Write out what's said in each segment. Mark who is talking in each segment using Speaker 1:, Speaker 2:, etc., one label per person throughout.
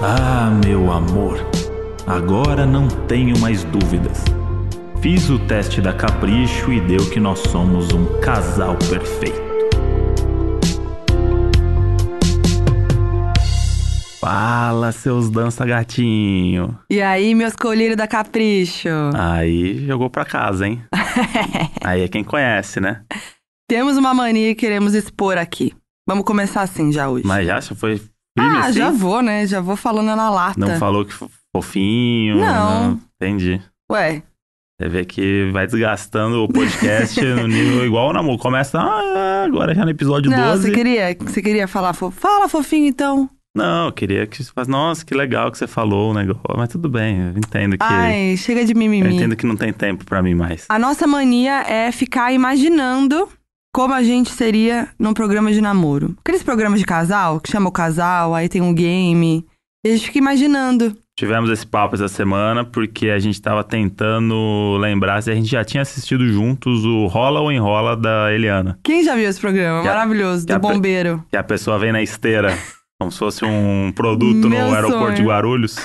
Speaker 1: Ah, meu amor, agora não tenho mais dúvidas. Fiz o teste da Capricho e deu que nós somos um casal perfeito. Fala, seus dança gatinho.
Speaker 2: E aí, meus colírios da Capricho?
Speaker 1: Aí jogou pra casa, hein? Aí é quem conhece, né?
Speaker 2: Temos uma mania que queremos expor aqui. Vamos começar assim já hoje.
Speaker 1: Mas já, já foi firme
Speaker 2: ah,
Speaker 1: assim?
Speaker 2: já vou, né? Já vou falando na lata.
Speaker 1: Não falou que fo- fofinho.
Speaker 2: Não.
Speaker 1: Entendi.
Speaker 2: Ué,
Speaker 1: Você vê que vai desgastando o podcast no nível igual o namoro. Começa ah, agora já no episódio
Speaker 2: não,
Speaker 1: 12.
Speaker 2: você queria, você queria falar fo... Fala, fofinho, então.
Speaker 1: Não, eu queria que você falasse, nossa, que legal que você falou o negócio. Mas tudo bem, eu entendo que.
Speaker 2: Ai, chega de
Speaker 1: eu
Speaker 2: mimimi.
Speaker 1: entendo que não tem tempo pra mim mais.
Speaker 2: A nossa mania é ficar imaginando como a gente seria num programa de namoro. Aqueles programas de casal, que chama o casal, aí tem um game. E a gente fica imaginando.
Speaker 1: Tivemos esse papo essa semana porque a gente tava tentando lembrar se a gente já tinha assistido juntos o Rola ou Enrola da Eliana.
Speaker 2: Quem já viu esse programa?
Speaker 1: Já-
Speaker 2: Maravilhoso,
Speaker 1: já
Speaker 2: do
Speaker 1: pre-
Speaker 2: bombeiro.
Speaker 1: Que a pessoa vem na esteira, como se fosse um produto
Speaker 2: Meu
Speaker 1: no aeroporto de
Speaker 2: sonho.
Speaker 1: Guarulhos.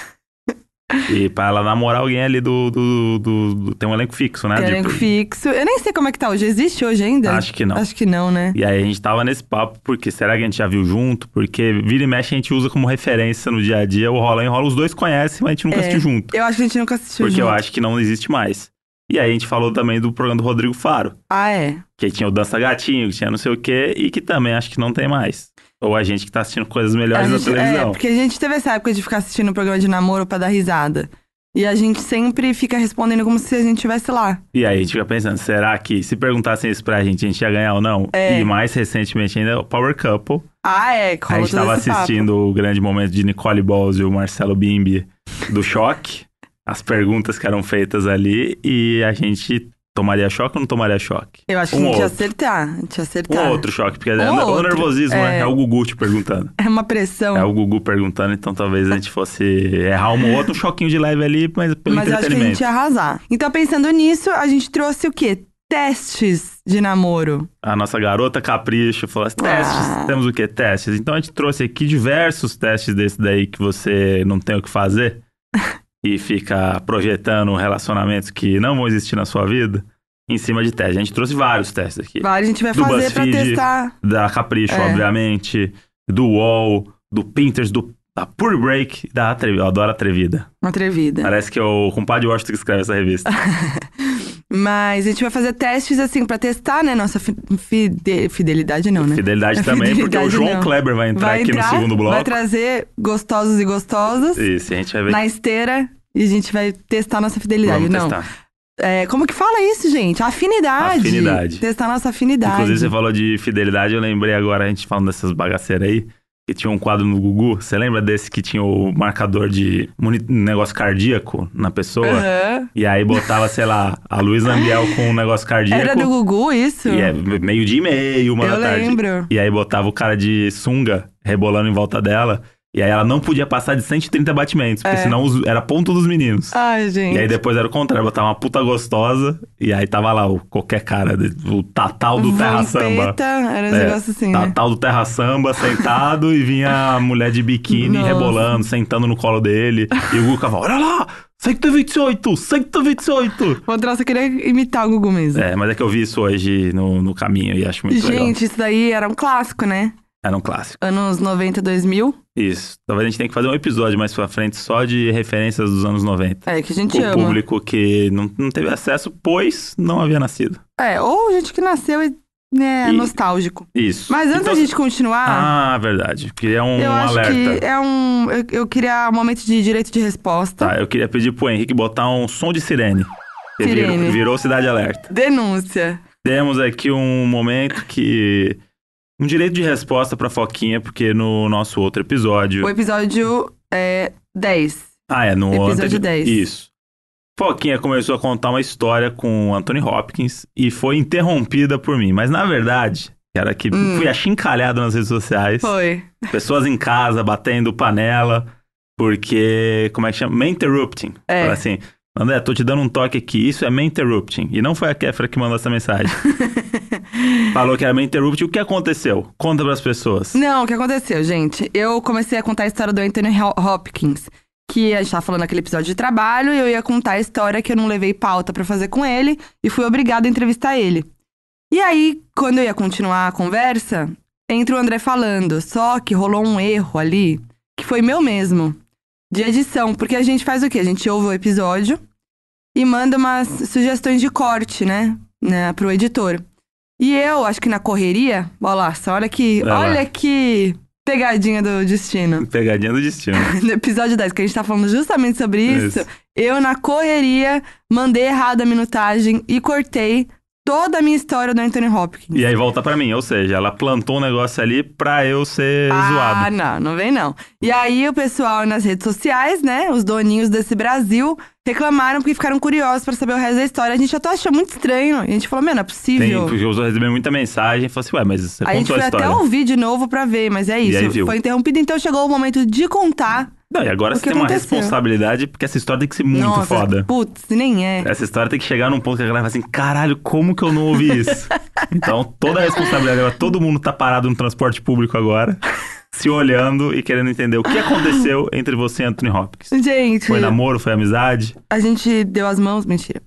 Speaker 1: E pra ela namorar alguém ali do. do, do- do- tem um elenco fixo, né?
Speaker 2: Que
Speaker 1: De-
Speaker 2: elenco fixo. Eu nem sei como é que tá hoje. Existe hoje ainda?
Speaker 1: Acho que não.
Speaker 2: Acho que não, né?
Speaker 1: E aí a gente tava nesse papo, porque será que a gente já viu junto? Porque vira e mexe a gente usa como referência no dia a dia o rola e enrola. Os dois conhecem, mas a gente nunca
Speaker 2: É,
Speaker 1: assistiu junto.
Speaker 2: Eu acho que a gente nunca assistiu
Speaker 1: Porque eu
Speaker 2: junto.
Speaker 1: acho que não existe mais. E aí a gente falou também do programa do Rodrigo Faro,
Speaker 2: Ah, é.
Speaker 1: que tinha o Dança Gatinho, que tinha não sei o quê, e que também acho que não tem mais. Ou a gente que tá assistindo coisas melhores
Speaker 2: A
Speaker 1: na
Speaker 2: gente-
Speaker 1: televisão.
Speaker 2: É, porque a gente teve essa época de ficar assistindo um programa de namoro pra dar risada. E a gente sempre fica respondendo como se a gente estivesse lá.
Speaker 1: E aí a gente fica pensando, será que se perguntassem isso pra gente, a gente ia ganhar ou não?
Speaker 2: É.
Speaker 1: E mais recentemente ainda, o Power Couple.
Speaker 2: Ah, é.
Speaker 1: A
Speaker 2: Rolou
Speaker 1: gente
Speaker 2: todo
Speaker 1: tava
Speaker 2: esse papo.
Speaker 1: assistindo o grande momento de Nicole Balls e o Marcelo Bimbi do choque, as perguntas que eram feitas ali, e a gente tomaria choque ou não tomaria choque?
Speaker 2: Eu acho que
Speaker 1: um
Speaker 2: a gente ia
Speaker 1: outro.
Speaker 2: acertar. A gente ia
Speaker 1: Um
Speaker 2: acertar.
Speaker 1: outro choque, porque é
Speaker 2: Um
Speaker 1: o
Speaker 2: outro,
Speaker 1: nervosismo, né?
Speaker 2: é.
Speaker 1: É o Gugu te perguntando.
Speaker 2: É uma pressão.
Speaker 1: É o Gugu perguntando, então talvez a gente fosse errar um ou outro, um choquinho de leve ali, mas pelo
Speaker 2: Mas eu acho que a
Speaker 1: entretenimento.
Speaker 2: gente ia arrasar. Então, pensando nisso, a gente trouxe o quê? Testes de namoro.
Speaker 1: A nossa garota capricho falou assim, testes,
Speaker 2: Ah.
Speaker 1: temos o que? Testes. Então a gente trouxe aqui diversos testes desse daí que você não tem o que fazer e fica projetando relacionamentos que não vão existir na sua vida em cima de testes. A gente trouxe vários testes aqui.
Speaker 2: Vários a gente vai
Speaker 1: Do
Speaker 2: fazer pra
Speaker 1: BuzzFeed.
Speaker 2: testar.
Speaker 1: Da Capricho,
Speaker 2: É.
Speaker 1: obviamente, do UOL, do Pinterest, do, da Pure Break, da Atrevida. Eu adoro Atrevida.
Speaker 2: Uma atrevida.
Speaker 1: Parece que é o compadre Washington que escreve essa revista.
Speaker 2: Mas a gente vai fazer testes assim pra testar, né? Nossa fi- fide- fidelidade não, né?
Speaker 1: Fidelidade
Speaker 2: É,
Speaker 1: também, porque o
Speaker 2: fidelidade
Speaker 1: João
Speaker 2: não.
Speaker 1: Kleber vai entrar aqui no segundo
Speaker 2: vai
Speaker 1: bloco.
Speaker 2: trazer gostosos e gostosas
Speaker 1: Isso, a gente vai ver.
Speaker 2: na esteira e a gente vai testar nossa fidelidade.
Speaker 1: Vamos
Speaker 2: não.
Speaker 1: testar.
Speaker 2: É, como que fala isso, gente? Afinidade.
Speaker 1: Afinidade.
Speaker 2: Testar nossa afinidade.
Speaker 1: Inclusive, você falou de fidelidade, eu lembrei agora, a gente falando dessas bagaceiras aí, que tinha um quadro no Gugu. Você lembra desse que tinha o marcador de moni- negócio cardíaco na pessoa?
Speaker 2: Aham.
Speaker 1: E aí botava, sei lá, a Luiz Ambiel com um negócio cardíaco.
Speaker 2: Era do Gugu isso?
Speaker 1: E é meio dia e meio, uma
Speaker 2: Eu
Speaker 1: da tarde.
Speaker 2: lembro.
Speaker 1: E aí botava o cara de sunga rebolando em volta dela. E aí ela não podia passar de 130 batimentos, porque
Speaker 2: É.
Speaker 1: senão os- era ponto dos meninos.
Speaker 2: Ai, gente.
Speaker 1: E aí depois era o contrário, botava uma puta gostosa, e aí tava lá o qualquer cara, o Tatal é do Terra Samba.
Speaker 2: Vampeta, Era um
Speaker 1: É,
Speaker 2: negócio assim, né?
Speaker 1: Tatal do Terra Samba sentado e vinha a mulher de biquíni
Speaker 2: Nossa.
Speaker 1: rebolando, sentando no colo dele. E o Guca falava: Olha lá, 128, 128.
Speaker 2: Vou eu só queria imitar o Gugu mesmo.
Speaker 1: É, mas é que eu vi isso hoje no, no caminho e acho muito legal.
Speaker 2: gente, isso daí era um clássico, né?
Speaker 1: Era um clássico.
Speaker 2: Anos 90, 2000.
Speaker 1: Isso. Talvez a gente tenha que fazer um episódio mais pra frente só de referências dos anos 90.
Speaker 2: É, que a gente
Speaker 1: Com o
Speaker 2: ama.
Speaker 1: público que não, não teve acesso, pois não havia nascido.
Speaker 2: É, ou gente que nasceu e né,
Speaker 1: E-
Speaker 2: nostálgico.
Speaker 1: Isso.
Speaker 2: Mas antes
Speaker 1: Então,
Speaker 2: da gente continuar,
Speaker 1: Ah, verdade. Queria um
Speaker 2: eu acho
Speaker 1: alerta.
Speaker 2: que é um. Eu, eu queria um momento de direito de resposta.
Speaker 1: Tá, eu queria pedir pro Henrique botar um som de sirene. Que vir-
Speaker 2: Sirene.
Speaker 1: virou Cidade Alerta.
Speaker 2: Denúncia.
Speaker 1: Temos aqui um momento que. Um direito de resposta pra Foquinha, porque no nosso outro episódio.
Speaker 2: O episódio é 10.
Speaker 1: Ah, é, no
Speaker 2: Episódio
Speaker 1: anterior-
Speaker 2: 10.
Speaker 1: Isso. Foquinha começou a contar uma história com o Anthony Hopkins e foi interrompida por mim. Mas na verdade, era que
Speaker 2: Hum.
Speaker 1: fui achincalhado nas redes sociais.
Speaker 2: Foi.
Speaker 1: Pessoas em casa batendo panela, porque. Como é que chama? Me interrupting.
Speaker 2: É.
Speaker 1: Fala assim. André, tô te dando um toque aqui, isso é me interrupting. E não foi a Kéfera que mandou essa mensagem. Falou que era meio interrupt. O que aconteceu? Conta pras pessoas.
Speaker 2: Não, o que aconteceu, gente? Eu comecei a contar a história do Anthony Ho- Hopkins, que a gente tava falando naquele episódio de trabalho, e eu ia contar a história que eu não levei pauta pra fazer com ele, e fui obrigada a entrevistar ele. E aí, quando eu ia continuar a conversa, entra o André falando, só que rolou um erro ali, que foi meu mesmo, de edição, porque a gente faz o quê? A gente ouve o episódio e manda umas sugestões de corte, né, né pro editor. E eu, acho que na correria, olha lá, só olha que,
Speaker 1: Vai lá.
Speaker 2: olha que pegadinha do destino.
Speaker 1: Pegadinha do destino.
Speaker 2: No episódio 10, que a gente tá falando justamente sobre isso,
Speaker 1: Isso.
Speaker 2: eu na correria mandei errado a minutagem e cortei toda a minha história do Anthony Hopkins.
Speaker 1: E aí volta pra mim, ou seja, ela plantou um negócio ali pra eu ser
Speaker 2: Ah,
Speaker 1: zoado.
Speaker 2: não, não vem não. E aí o pessoal nas redes sociais, né, os doninhos desse Brasil, reclamaram porque ficaram curiosos pra saber o resto da história. A gente até achou muito estranho. A gente falou, meu, não é
Speaker 1: Tem,
Speaker 2: possível.
Speaker 1: porque eu recebi muita mensagem e falei assim, ué, mas você
Speaker 2: a gente
Speaker 1: contou a
Speaker 2: foi até
Speaker 1: história.
Speaker 2: ouvir de novo pra ver, mas é
Speaker 1: aí
Speaker 2: isso.
Speaker 1: viu.
Speaker 2: Foi interrompido, então chegou o momento de contar.
Speaker 1: Não, e agora
Speaker 2: o
Speaker 1: você
Speaker 2: que
Speaker 1: tem uma
Speaker 2: aconteceu.
Speaker 1: responsabilidade, porque essa história tem que ser muito
Speaker 2: Nossa,
Speaker 1: foda.
Speaker 2: Putz, nem é.
Speaker 1: Essa história tem que chegar num ponto que a galera fala assim, caralho, como que eu não ouvi isso? então, toda a responsabilidade agora, todo mundo tá parado no transporte público agora, se olhando e querendo entender o que aconteceu entre você e Anthony Hopkins.
Speaker 2: Gente,
Speaker 1: Foi namoro, foi amizade?
Speaker 2: a gente deu as mãos, mentira.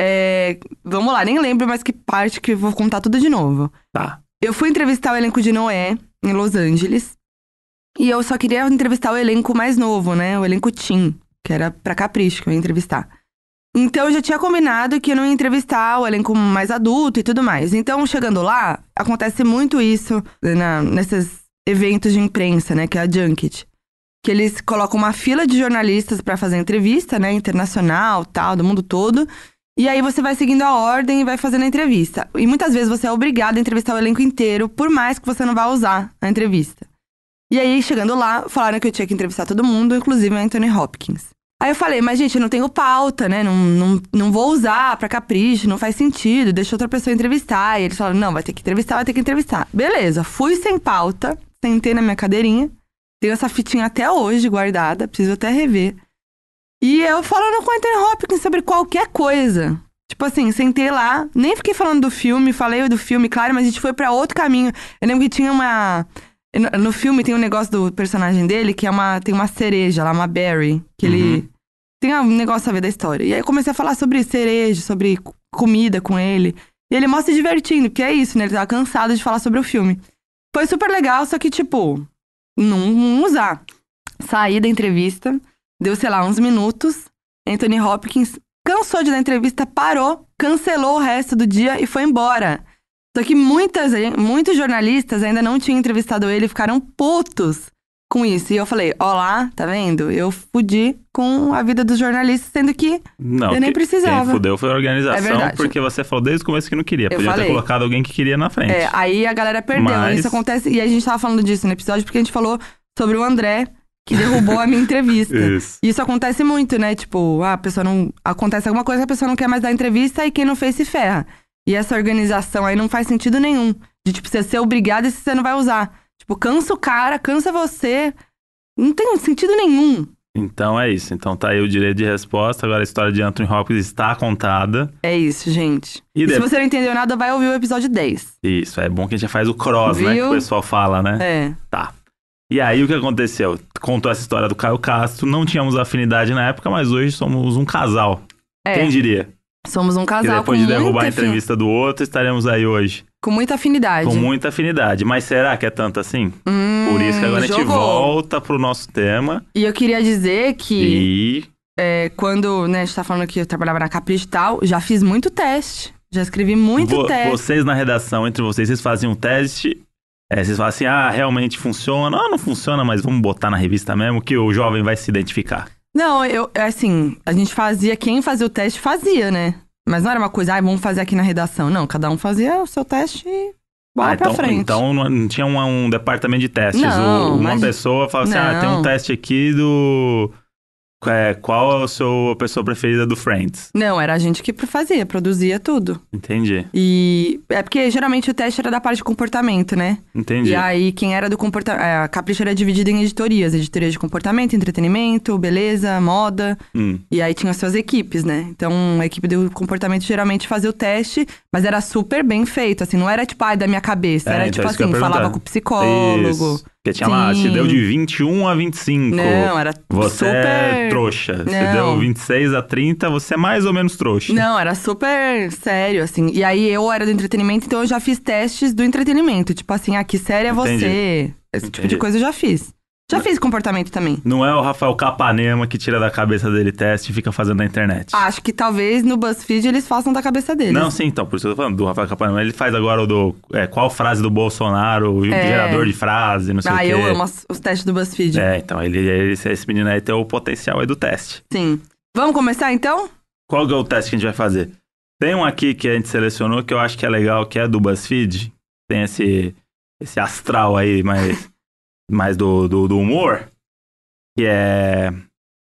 Speaker 2: É, vamos lá, nem lembro mais que parte que eu vou contar tudo de novo.
Speaker 1: Tá.
Speaker 2: Eu fui entrevistar o elenco de Noé, em Los Angeles. E eu só queria entrevistar o elenco mais novo, né? O elenco Tim, que era pra Capricho que eu ia entrevistar. Então eu já tinha combinado que eu não ia entrevistar o elenco mais adulto e tudo mais. Então, chegando lá, acontece muito isso na- nesses eventos de imprensa, né? Que é a Junket. Que eles colocam uma fila de jornalistas pra fazer entrevista, né? Internacional, tal, do mundo todo. E aí você vai seguindo a ordem e vai fazendo a entrevista. E muitas vezes você é obrigado a entrevistar o elenco inteiro, por mais que você não vá usar a entrevista. E aí, chegando lá, falaram que eu tinha que entrevistar todo mundo, inclusive o Anthony Hopkins. Aí eu falei, mas gente, eu não tenho pauta, né? Não, não, não vou usar pra capricho, não faz sentido, deixa outra pessoa entrevistar. E eles falaram, não, vai ter que entrevistar, vai ter que entrevistar. Beleza, fui sem pauta, sentei na minha cadeirinha, tenho essa fitinha até hoje guardada, preciso até rever. E eu falando com o Anthony Hopkins sobre qualquer coisa. Tipo assim, sentei lá, nem fiquei falando do filme, falei do filme, claro, mas a gente foi pra outro caminho. Eu lembro que tinha uma. no- No filme tem um negócio do personagem dele que é uma. Tem uma cereja lá, uma berry, que ele. Tem um negócio a ver da história. E aí eu comecei a falar sobre cereja, sobre co- comida com ele. E ele mostra se divertindo, porque é isso, né? Ele tava cansado de falar sobre o filme. Foi super legal, só que, tipo, não, não usar. Saí da entrevista, deu, sei lá, uns minutos. Anthony Hopkins cansou de dar entrevista, parou, cancelou o resto do dia e foi embora. Só que muitas, muitos jornalistas ainda não tinham entrevistado ele e ficaram putos com isso. E eu falei, ó lá, tá vendo? Eu fudi com a vida dos jornalistas, sendo que
Speaker 1: Não.
Speaker 2: Eu nem
Speaker 1: que-
Speaker 2: precisava.
Speaker 1: Quem fudeu foi a
Speaker 2: É
Speaker 1: organização,
Speaker 2: verdade.
Speaker 1: porque você falou desde o começo que não queria. Podia
Speaker 2: falei.
Speaker 1: ter colocado alguém que queria na frente.
Speaker 2: É, aí a galera perdeu.
Speaker 1: Mas-
Speaker 2: Isso acontece. E a gente tava falando disso no episódio porque a gente falou sobre o André, que derrubou a minha entrevista.
Speaker 1: Isso.
Speaker 2: E Isso acontece muito, né? Tipo, ah, a pessoa não. Acontece alguma coisa que a pessoa não quer mais dar entrevista e quem não fez se ferra. E essa organização aí não faz sentido nenhum. De, tipo, você ser obrigado e se você não vai usar. Tipo, cansa o cara, cansa você. Não tem sentido nenhum.
Speaker 1: Então é isso. Então tá aí o direito de resposta. Agora a história de Anthony Hopkins está contada.
Speaker 2: É isso, gente.
Speaker 1: E
Speaker 2: E, se
Speaker 1: de-
Speaker 2: você não entendeu nada, vai ouvir o episódio 10.
Speaker 1: Isso, é bom que a gente já faz o cross, né? Que
Speaker 2: Viu?
Speaker 1: o pessoal fala, né?
Speaker 2: É.
Speaker 1: Tá. E aí o que aconteceu? Contou essa história do Caio Castro. Não tínhamos afinidade na época, mas hoje somos um casal.
Speaker 2: É.
Speaker 1: Quem diria?
Speaker 2: Somos um
Speaker 1: que
Speaker 2: casal
Speaker 1: depois
Speaker 2: com,
Speaker 1: de derrubar
Speaker 2: muita É
Speaker 1: a
Speaker 2: afi-
Speaker 1: entrevista do outro, estaremos aí hoje.
Speaker 2: com muita afinidade.
Speaker 1: Com muita afinidade. Mas será que é tanto assim?
Speaker 2: Hum,
Speaker 1: Por isso que agora a gente
Speaker 2: jogou.
Speaker 1: volta pro nosso tema
Speaker 2: E eu queria dizer que.
Speaker 1: e...
Speaker 2: É, quando né, a gente tá falando que eu trabalhava na Capricho e tal, já fiz muito teste. Já escrevi muito
Speaker 1: vo-
Speaker 2: teste.
Speaker 1: vocês na redação, entre vocês, vocês fazem um teste, é, vocês falam assim, ah, realmente funciona, ah, não funciona, mas vamos botar na revista mesmo que o jovem vai se identificar.
Speaker 2: Não, eu, assim, a gente fazia, quem fazia o teste fazia, né? Mas não era uma coisa, ah, vamos fazer aqui na redação. Não, cada um fazia o seu teste e bora
Speaker 1: Ah, então,
Speaker 2: pra frente.
Speaker 1: então não não tinha um, um departamento de testes.
Speaker 2: Não,
Speaker 1: O- uma
Speaker 2: mas-
Speaker 1: pessoa fala assim, ah, tem um
Speaker 2: Não.
Speaker 1: teste aqui do... é, qual é a sua pessoa preferida do Friends?
Speaker 2: Não, era a gente que fazia, produzia tudo.
Speaker 1: Entendi,
Speaker 2: E é porque geralmente o teste era da parte de comportamento, né?
Speaker 1: entendi.
Speaker 2: E aí, quem era do comportamento. A Capricho era dividida em editorias: editoria de comportamento, entretenimento, beleza, moda.
Speaker 1: Hum,
Speaker 2: E aí tinha as suas equipes, né? Então, a equipe do comportamento geralmente fazia o teste, mas era super bem feito, assim, não era tipo, ai, da minha cabeça.
Speaker 1: É,
Speaker 2: era
Speaker 1: então
Speaker 2: tipo
Speaker 1: isso que eu
Speaker 2: assim,
Speaker 1: ia
Speaker 2: falava
Speaker 1: perguntar.
Speaker 2: com o psicólogo.
Speaker 1: isso. Porque tinha lá, se
Speaker 2: Sim.
Speaker 1: deu de 21 a 25.
Speaker 2: né? Não, era
Speaker 1: Você é
Speaker 2: super.
Speaker 1: trouxa. Se
Speaker 2: Não.
Speaker 1: deu 26 a 30, você é mais ou menos trouxa.
Speaker 2: Não, era super sério, assim. E aí eu era do entretenimento, então eu já fiz testes do entretenimento. Tipo assim, ah, que série é você? Esse tipo
Speaker 1: Entendi.
Speaker 2: de coisa eu já fiz. Já fiz comportamento também.
Speaker 1: Não é o Rafael Capanema que tira da cabeça dele teste e fica fazendo na internet.
Speaker 2: Acho que talvez no BuzzFeed eles façam da cabeça deles.
Speaker 1: Não, sim, então, por isso que eu tô falando do Rafael Capanema. Ele faz agora o do. é, qual frase do Bolsonaro, o
Speaker 2: É.
Speaker 1: gerador de frase, não sei o
Speaker 2: ah,
Speaker 1: quê.
Speaker 2: eu amo as- os testes do BuzzFeed.
Speaker 1: É, então, ele, ele- esse menino aí tem o potencial aí do teste.
Speaker 2: Sim. Vamos começar então?
Speaker 1: Qual que é o teste que a gente vai fazer? Tem um aqui que a gente selecionou que eu acho que é legal, que é do BuzzFeed. Tem esse, esse astral aí, mais, mais do, do, do humor. Que é.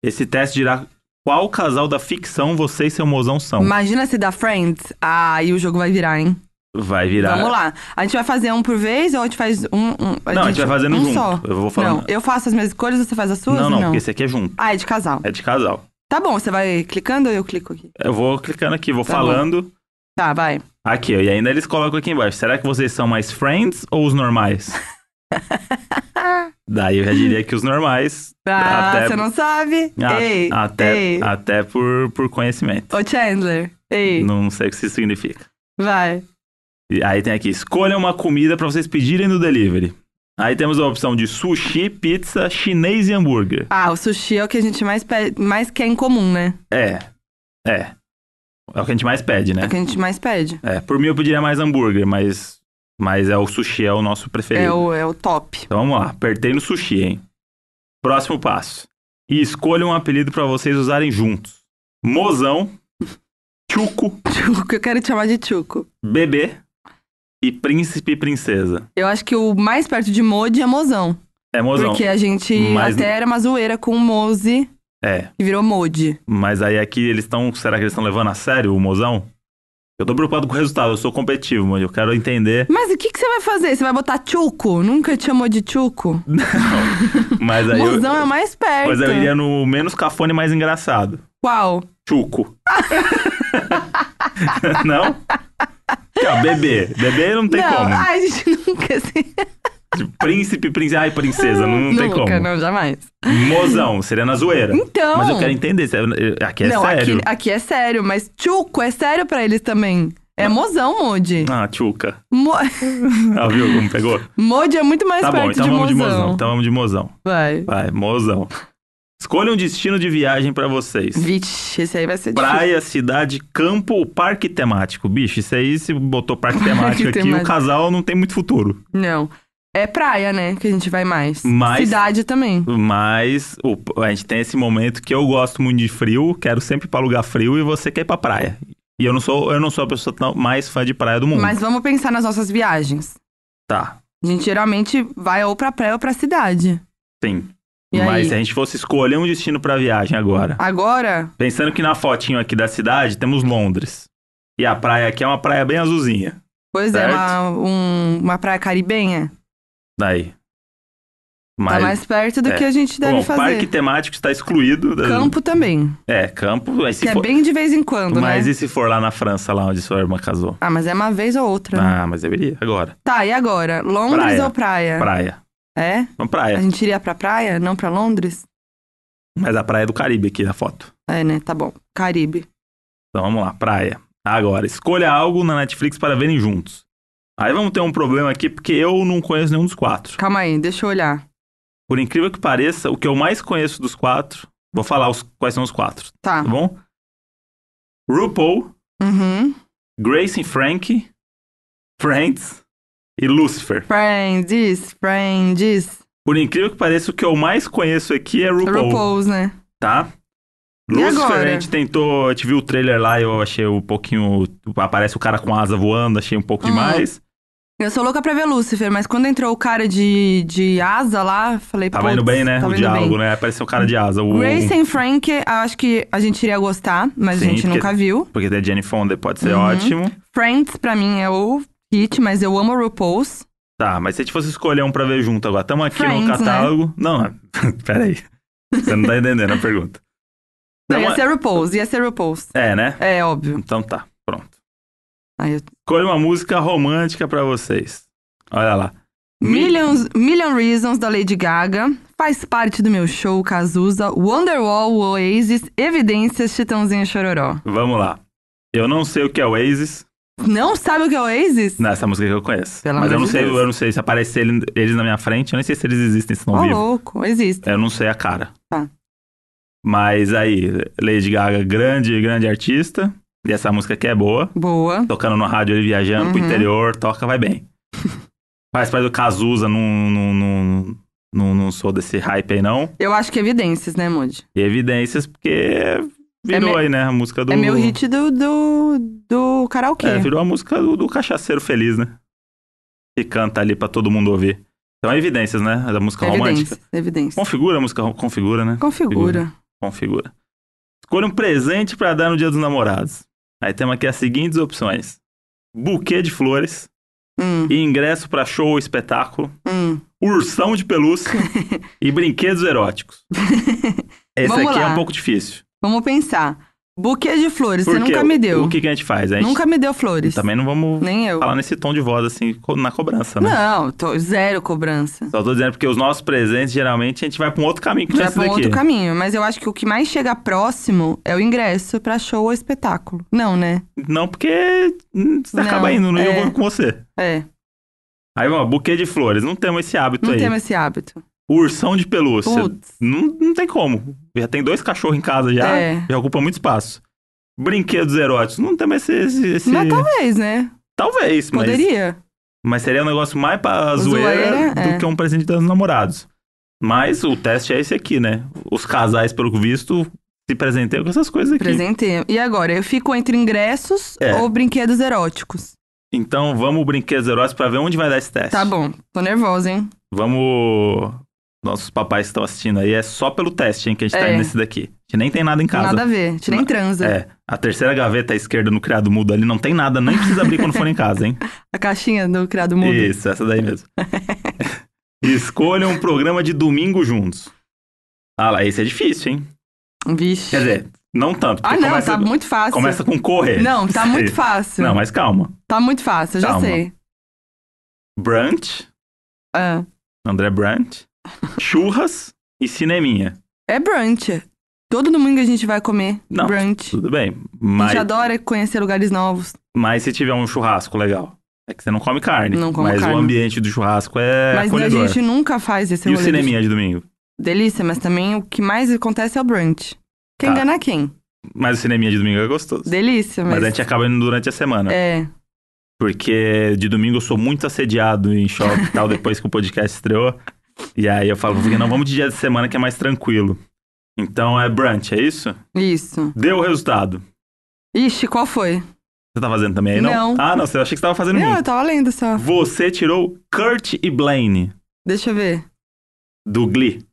Speaker 1: Esse teste dirá qual casal da ficção você e seu mozão são.
Speaker 2: Imagina se dá Friends. Ah, aí o jogo vai virar, hein?
Speaker 1: Vai virar.
Speaker 2: Vamos lá. A gente vai fazer um por vez ou a gente faz um. um
Speaker 1: Não, a gente vai fazendo
Speaker 2: um
Speaker 1: junto.
Speaker 2: só.
Speaker 1: Eu vou
Speaker 2: Não,
Speaker 1: falando.
Speaker 2: eu faço as minhas escolhas, você faz as suas?
Speaker 1: não,
Speaker 2: ou
Speaker 1: porque esse aqui é junto.
Speaker 2: Ah, é de casal.
Speaker 1: É de casal.
Speaker 2: Tá bom, você vai clicando ou eu clico aqui?
Speaker 1: Eu vou clicando aqui, vou
Speaker 2: Tá
Speaker 1: falando.
Speaker 2: Tá, vai.
Speaker 1: Aqui, ó, e ainda eles colocam aqui embaixo. Será que vocês são mais friends ou os normais? Daí eu já diria que os normais.
Speaker 2: Ah,
Speaker 1: Até-
Speaker 2: você não sabe?
Speaker 1: a-
Speaker 2: ei,
Speaker 1: até ah.
Speaker 2: ei.
Speaker 1: até por, por conhecimento.
Speaker 2: Ô Chandler, ei,
Speaker 1: Não sei o que isso significa.
Speaker 2: vai.
Speaker 1: E aí tem aqui: escolha uma comida pra vocês pedirem no delivery. Aí temos a opção de sushi, pizza, chinês e hambúrguer.
Speaker 2: Ah, o sushi é o que a gente mais, pe- mais quer em comum, né?
Speaker 1: É. É. É o que a gente mais pede,
Speaker 2: É o
Speaker 1: né?
Speaker 2: que a gente mais pede.
Speaker 1: É, por mim eu pediria mais hambúrguer, mas, mas é o sushi, é o nosso preferido.
Speaker 2: É o, é o top.
Speaker 1: Então vamos lá, apertei no sushi, hein? Próximo passo. E escolha um apelido pra vocês usarem juntos. Mozão, Chuco,
Speaker 2: Chuco, eu quero te chamar de Chuco.
Speaker 1: Bebê e Príncipe e Princesa.
Speaker 2: Eu acho que o mais perto de Modi é Mozão.
Speaker 1: É mozão.
Speaker 2: Porque a gente
Speaker 1: Mas-
Speaker 2: até era uma zoeira com o Mozi,
Speaker 1: É,
Speaker 2: que virou Modi.
Speaker 1: mas aí aqui eles estão. Será que eles estão levando a sério o mozão? Eu tô preocupado com o resultado, eu sou competitivo, mas eu quero entender.
Speaker 2: Mas o que, que você vai fazer? Você vai botar Chuco? Nunca te chamou de Chuco?
Speaker 1: Mas aí eu,
Speaker 2: Mozão é o mais perto.
Speaker 1: mas eu iria no menos cafone mais engraçado.
Speaker 2: Qual?
Speaker 1: Chuco. não? Ah, bebê. Bebê não tem
Speaker 2: não,
Speaker 1: como.
Speaker 2: ai, a gente nunca se...
Speaker 1: Príncipe, princesa. Ai, princesa, não, não tem
Speaker 2: nunca,
Speaker 1: como.
Speaker 2: não, jamais.
Speaker 1: Mozão, seria na zoeira.
Speaker 2: Então...
Speaker 1: Mas eu quero entender. se é- Aqui é
Speaker 2: não,
Speaker 1: sério.
Speaker 2: Aqui, aqui é sério, mas Tchuco é sério pra eles também. É mozão, Modi.
Speaker 1: Ah, tchuca.
Speaker 2: Mo...
Speaker 1: Ah, viu como pegou?
Speaker 2: Modi é muito mais
Speaker 1: tá
Speaker 2: perto
Speaker 1: bom, então
Speaker 2: de,
Speaker 1: vamos
Speaker 2: mozão.
Speaker 1: de mozão. Então vamos de mozão.
Speaker 2: Vai.
Speaker 1: Vai, mozão. Escolha um destino de viagem pra vocês.
Speaker 2: Vixe, esse aí vai ser difícil.
Speaker 1: Praia, cidade, campo ou parque temático? Bicho, isso aí, se botou parque temático aqui, o
Speaker 2: temático.
Speaker 1: casal não tem muito futuro.
Speaker 2: Não. É praia, né? Que a gente vai mais.
Speaker 1: Mas-
Speaker 2: Cidade também.
Speaker 1: Mas o- a gente tem esse momento que eu gosto muito de frio, quero sempre ir pra lugar frio e você quer ir pra praia. E eu não sou, eu não sou a pessoa tão- mais fã de praia do mundo.
Speaker 2: Mas vamos pensar nas nossas viagens.
Speaker 1: Tá,
Speaker 2: A gente geralmente vai ou pra praia ou pra cidade.
Speaker 1: sim.
Speaker 2: E
Speaker 1: Mas é
Speaker 2: aí?
Speaker 1: se a gente fosse escolher um destino pra viagem agora,
Speaker 2: Agora,
Speaker 1: pensando que na fotinho aqui da cidade temos Londres. E a praia aqui é uma praia bem azulzinha.
Speaker 2: pois
Speaker 1: Certo.
Speaker 2: é, uma, um- uma praia caribenha.
Speaker 1: Daí.
Speaker 2: Tá
Speaker 1: Mas
Speaker 2: mais perto do
Speaker 1: é.
Speaker 2: que a gente deve
Speaker 1: bom,
Speaker 2: fazer.
Speaker 1: parque temático está excluído. da-
Speaker 2: Campo também.
Speaker 1: É, campo. Aí se
Speaker 2: Que é
Speaker 1: for-
Speaker 2: bem de vez em quando,
Speaker 1: Mas
Speaker 2: né?
Speaker 1: e se for lá na França, lá onde sua irmã casou?
Speaker 2: Ah, mas é uma vez ou outra. né?
Speaker 1: Ah, mas eu iria agora.
Speaker 2: Tá, e agora? Londres
Speaker 1: Praia.
Speaker 2: ou praia?
Speaker 1: Praia.
Speaker 2: É?
Speaker 1: Vamos
Speaker 2: A
Speaker 1: praia.
Speaker 2: gente iria pra praia, não pra Londres?
Speaker 1: Mas a praia é do Caribe aqui na foto.
Speaker 2: É, né? Tá bom. Caribe.
Speaker 1: Então vamos lá, praia. Agora, escolha algo na Netflix para verem juntos. Aí vamos ter um problema aqui, porque eu não conheço nenhum dos quatro.
Speaker 2: Calma aí, deixa eu olhar.
Speaker 1: Por incrível que pareça, o que eu mais conheço dos quatro. Vou falar os- quais são os quatro,
Speaker 2: Tá.
Speaker 1: tá bom? RuPaul,
Speaker 2: Uhum.
Speaker 1: Grace e Frank, Friends e Lucifer.
Speaker 2: Friends, Friends.
Speaker 1: Por incrível que pareça, o que eu mais conheço aqui é RuPaul,
Speaker 2: RuPaul's, né?
Speaker 1: tá?
Speaker 2: E
Speaker 1: Lucifer,
Speaker 2: agora?
Speaker 1: a gente tentou, a gente viu o trailer lá e eu achei um pouquinho. Aparece o cara com asa voando, achei um pouco
Speaker 2: Hum.
Speaker 1: demais.
Speaker 2: Eu sou louca pra ver Lúcifer, mas quando entrou o cara de, de asa lá, falei,
Speaker 1: Tava
Speaker 2: "Putz,
Speaker 1: indo bem, né?
Speaker 2: tava
Speaker 1: o
Speaker 2: indo
Speaker 1: diálogo,
Speaker 2: bem."
Speaker 1: né? Apareceu um cara de asa. O...
Speaker 2: Grace and Frank, eu acho que a gente iria gostar, mas
Speaker 1: Sim,
Speaker 2: a gente
Speaker 1: porque-
Speaker 2: nunca viu.
Speaker 1: Porque tem Jenny Fonda, pode ser
Speaker 2: Uhum.
Speaker 1: ótimo.
Speaker 2: Friends, pra mim, é o hit, mas eu amo RuPaul's.
Speaker 1: Tá, mas se a gente fosse escolher um pra ver junto agora, tamo aqui
Speaker 2: Friends, né?
Speaker 1: no catálogo. Não, peraí. Você não tá entendendo a pergunta.
Speaker 2: Não,
Speaker 1: Não,
Speaker 2: ia
Speaker 1: é-
Speaker 2: ser RuPaul's, ia ser RuPaul's.
Speaker 1: É, né?
Speaker 2: É óbvio.
Speaker 1: Então tá, pronto.
Speaker 2: Aí eu-
Speaker 1: Escolha uma música romântica pra vocês. Olha lá.
Speaker 2: Millions, Million Reasons, da Lady Gaga. Faz parte do meu show, Cazuza. Wonderwall, Oasis, Evidências, Chitãozinho e Chororó.
Speaker 1: Vamos lá. Eu não sei o que é Oasis.
Speaker 2: Não sabe o que é Oasis?
Speaker 1: Não, essa música que eu conheço.
Speaker 2: Pelo
Speaker 1: mas
Speaker 2: amor
Speaker 1: eu não
Speaker 2: de
Speaker 1: sei,
Speaker 2: Deus.
Speaker 1: eu não sei se aparecer ele- eles na minha frente, eu nem sei se eles existem, se não
Speaker 2: Ô,
Speaker 1: vivo.
Speaker 2: louco, existe.
Speaker 1: Eu não sei a cara.
Speaker 2: Tá.
Speaker 1: Mas aí, Lady Gaga, grande, grande artista. E essa música aqui é boa.
Speaker 2: Boa.
Speaker 1: Tocando no rádio, ele viajando pro
Speaker 2: Uhum.
Speaker 1: interior, toca, vai bem. Faz parte do Cazuza, não, não, não, não, não sou desse hype aí, não.
Speaker 2: Eu acho que Evidências, né, Moody?
Speaker 1: E evidências, porque virou
Speaker 2: meu-
Speaker 1: aí, né? A música do.
Speaker 2: É meu hit do, do, do karaokê.
Speaker 1: É, virou a música do, do cachaceiro feliz, né? Que canta ali pra todo mundo ouvir. Então é evidências, né? Da música romântica.
Speaker 2: Evidências, evidências.
Speaker 1: Configura a música, ro- configura, né?
Speaker 2: é Configura.
Speaker 1: Configura. Escolha um presente pra dar no dia dos namorados. Aí temos aqui as seguintes opções: buquê de flores,
Speaker 2: Hum,
Speaker 1: e ingresso pra show ou espetáculo,
Speaker 2: hum.
Speaker 1: ursão de pelúcia e brinquedos eróticos. Esse
Speaker 2: Vamos
Speaker 1: aqui é
Speaker 2: lá.
Speaker 1: um pouco difícil.
Speaker 2: Vamos pensar. Buquê de flores, você
Speaker 1: Porque
Speaker 2: nunca
Speaker 1: o-
Speaker 2: me deu.
Speaker 1: O que, que a gente faz? A gente
Speaker 2: Nunca me deu flores.
Speaker 1: é também não vamos
Speaker 2: Nem eu.
Speaker 1: falar nesse tom de voz assim co- na cobrança, né?
Speaker 2: Não, tô zero cobrança.
Speaker 1: Só tô dizendo porque os nossos presentes, geralmente, a gente vai pra um outro caminho que não é
Speaker 2: Já
Speaker 1: esse
Speaker 2: pra um
Speaker 1: daqui.
Speaker 2: outro caminho, mas eu acho que o que mais chega próximo é o ingresso pra show ou espetáculo. Não, né?
Speaker 1: Não, porque hum, você
Speaker 2: Não,
Speaker 1: acaba indo, né?
Speaker 2: é.
Speaker 1: Eu vou com você.
Speaker 2: É,
Speaker 1: Aí, ó, buquê de flores. Não temos esse hábito
Speaker 2: não
Speaker 1: aí.
Speaker 2: temos esse hábito.
Speaker 1: Ursão de pelúcia.
Speaker 2: Putz,
Speaker 1: Não, não tem como. Já tem dois cachorros em casa já,
Speaker 2: É.
Speaker 1: já ocupa muito espaço. Brinquedos eróticos, não tem mais esse... esse- esse-
Speaker 2: mas talvez, né?
Speaker 1: Talvez, mas...
Speaker 2: Poderia.
Speaker 1: Mas seria um negócio mais pra zoeira,
Speaker 2: Zoeira,
Speaker 1: do
Speaker 2: é.
Speaker 1: que um presente dos namorados. Mas o teste é esse aqui, né? Os casais, pelo visto, se presenteiam com essas coisas aqui.
Speaker 2: Presentei. E agora, eu fico entre ingressos
Speaker 1: É.
Speaker 2: ou brinquedos eróticos?
Speaker 1: Então vamos brinquedos eróticos pra ver onde vai dar esse teste.
Speaker 2: Tá bom, tô nervosa, hein?
Speaker 1: Vamos... Nossos papais que estão assistindo aí, é só pelo teste, hein, que a gente tá
Speaker 2: É.
Speaker 1: indo nesse daqui. A gente nem tem nada em casa.
Speaker 2: Nada a ver, a gente nem
Speaker 1: Na-
Speaker 2: transa.
Speaker 1: É, a terceira gaveta à esquerda no criado mudo ali não tem nada, nem precisa abrir quando for em casa, hein?
Speaker 2: A caixinha do criado mudo.
Speaker 1: Isso, essa daí mesmo. Escolha um programa de domingo juntos. Ah lá, esse é difícil, hein?
Speaker 2: Vixe.
Speaker 1: Quer dizer, não tanto.
Speaker 2: ah,
Speaker 1: porque
Speaker 2: não,
Speaker 1: começa,
Speaker 2: tá muito fácil.
Speaker 1: começa com correr.
Speaker 2: Não, tá muito
Speaker 1: Sim.
Speaker 2: fácil.
Speaker 1: Não, mas calma.
Speaker 2: Tá muito fácil, eu já
Speaker 1: Calma.
Speaker 2: sei.
Speaker 1: Brunch,
Speaker 2: Ah,
Speaker 1: André Brunch, churras e cineminha.
Speaker 2: é brunch. Todo domingo a gente vai comer
Speaker 1: Não,
Speaker 2: brunch.
Speaker 1: Tudo bem,
Speaker 2: A
Speaker 1: mas,
Speaker 2: gente adora conhecer lugares novos.
Speaker 1: mas se tiver um churrasco legal, é que você não come carne.
Speaker 2: Não como
Speaker 1: mas
Speaker 2: carne.
Speaker 1: o ambiente do churrasco é
Speaker 2: mas né, a
Speaker 1: acolhedor.
Speaker 2: gente nunca faz esse
Speaker 1: E o
Speaker 2: rolê de-
Speaker 1: cineminha de domingo?
Speaker 2: Delícia, mas também o que mais acontece é o brunch. Quem
Speaker 1: Tá.
Speaker 2: engana quem?
Speaker 1: Mas o cineminha de domingo é gostoso.
Speaker 2: Delícia, mas...
Speaker 1: Mas a gente acaba indo durante a semana.
Speaker 2: É,
Speaker 1: Porque de domingo eu sou muito assediado em shopping e tal, depois que o podcast estreou. E aí eu falo, porque não, vamos de dia de semana que é mais tranquilo. Então é brunch, é isso?
Speaker 2: isso.
Speaker 1: Deu o resultado.
Speaker 2: Ixi, qual foi?
Speaker 1: Você tá fazendo também aí, não?
Speaker 2: Não.
Speaker 1: Ah, não, você achei que você tava fazendo
Speaker 2: Não, eu
Speaker 1: muito.
Speaker 2: tava lendo só.
Speaker 1: Você tirou Kurt e Blaine
Speaker 2: Deixa eu ver.
Speaker 1: do Glee.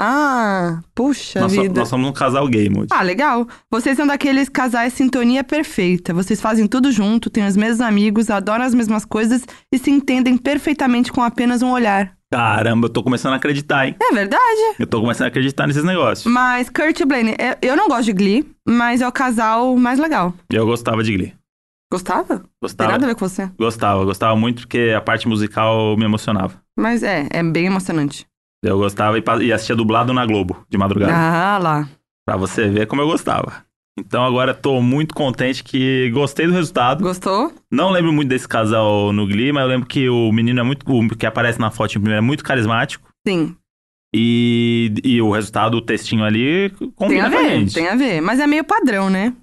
Speaker 2: Ah, puxa
Speaker 1: Nós, so-
Speaker 2: vida.
Speaker 1: nós somos um casal gay, Moody.
Speaker 2: Ah, legal. Vocês são daqueles casais sintonia perfeita. Vocês fazem tudo junto, têm os mesmos amigos, adoram as mesmas coisas e se entendem perfeitamente com apenas um olhar.
Speaker 1: Caramba, eu tô começando a acreditar, hein?
Speaker 2: É verdade.
Speaker 1: Eu tô começando a acreditar nesses negócios.
Speaker 2: Mas Kurt e Blaine, é- eu não gosto de Glee, mas é o casal mais legal.
Speaker 1: Eu gostava de Glee.
Speaker 2: Gostava? Tem
Speaker 1: Gostava,
Speaker 2: nada a ver com você.
Speaker 1: gostava, gostava muito porque a parte musical me emocionava.
Speaker 2: Mas é, é bem emocionante.
Speaker 1: Eu gostava e, pa- e assistia dublado na Globo, de madrugada.
Speaker 2: Ah lá.
Speaker 1: Pra você ver como eu gostava. Então agora tô muito contente que gostei do resultado.
Speaker 2: Gostou?
Speaker 1: Não lembro muito desse casal no Glee, mas eu lembro que o menino é muito. O que aparece na foto em primeiro é muito carismático.
Speaker 2: Sim.
Speaker 1: E, e o resultado, o textinho ali,
Speaker 2: Tem a
Speaker 1: combina com a
Speaker 2: ver,
Speaker 1: gente.
Speaker 2: tem a ver. Mas é meio padrão, né?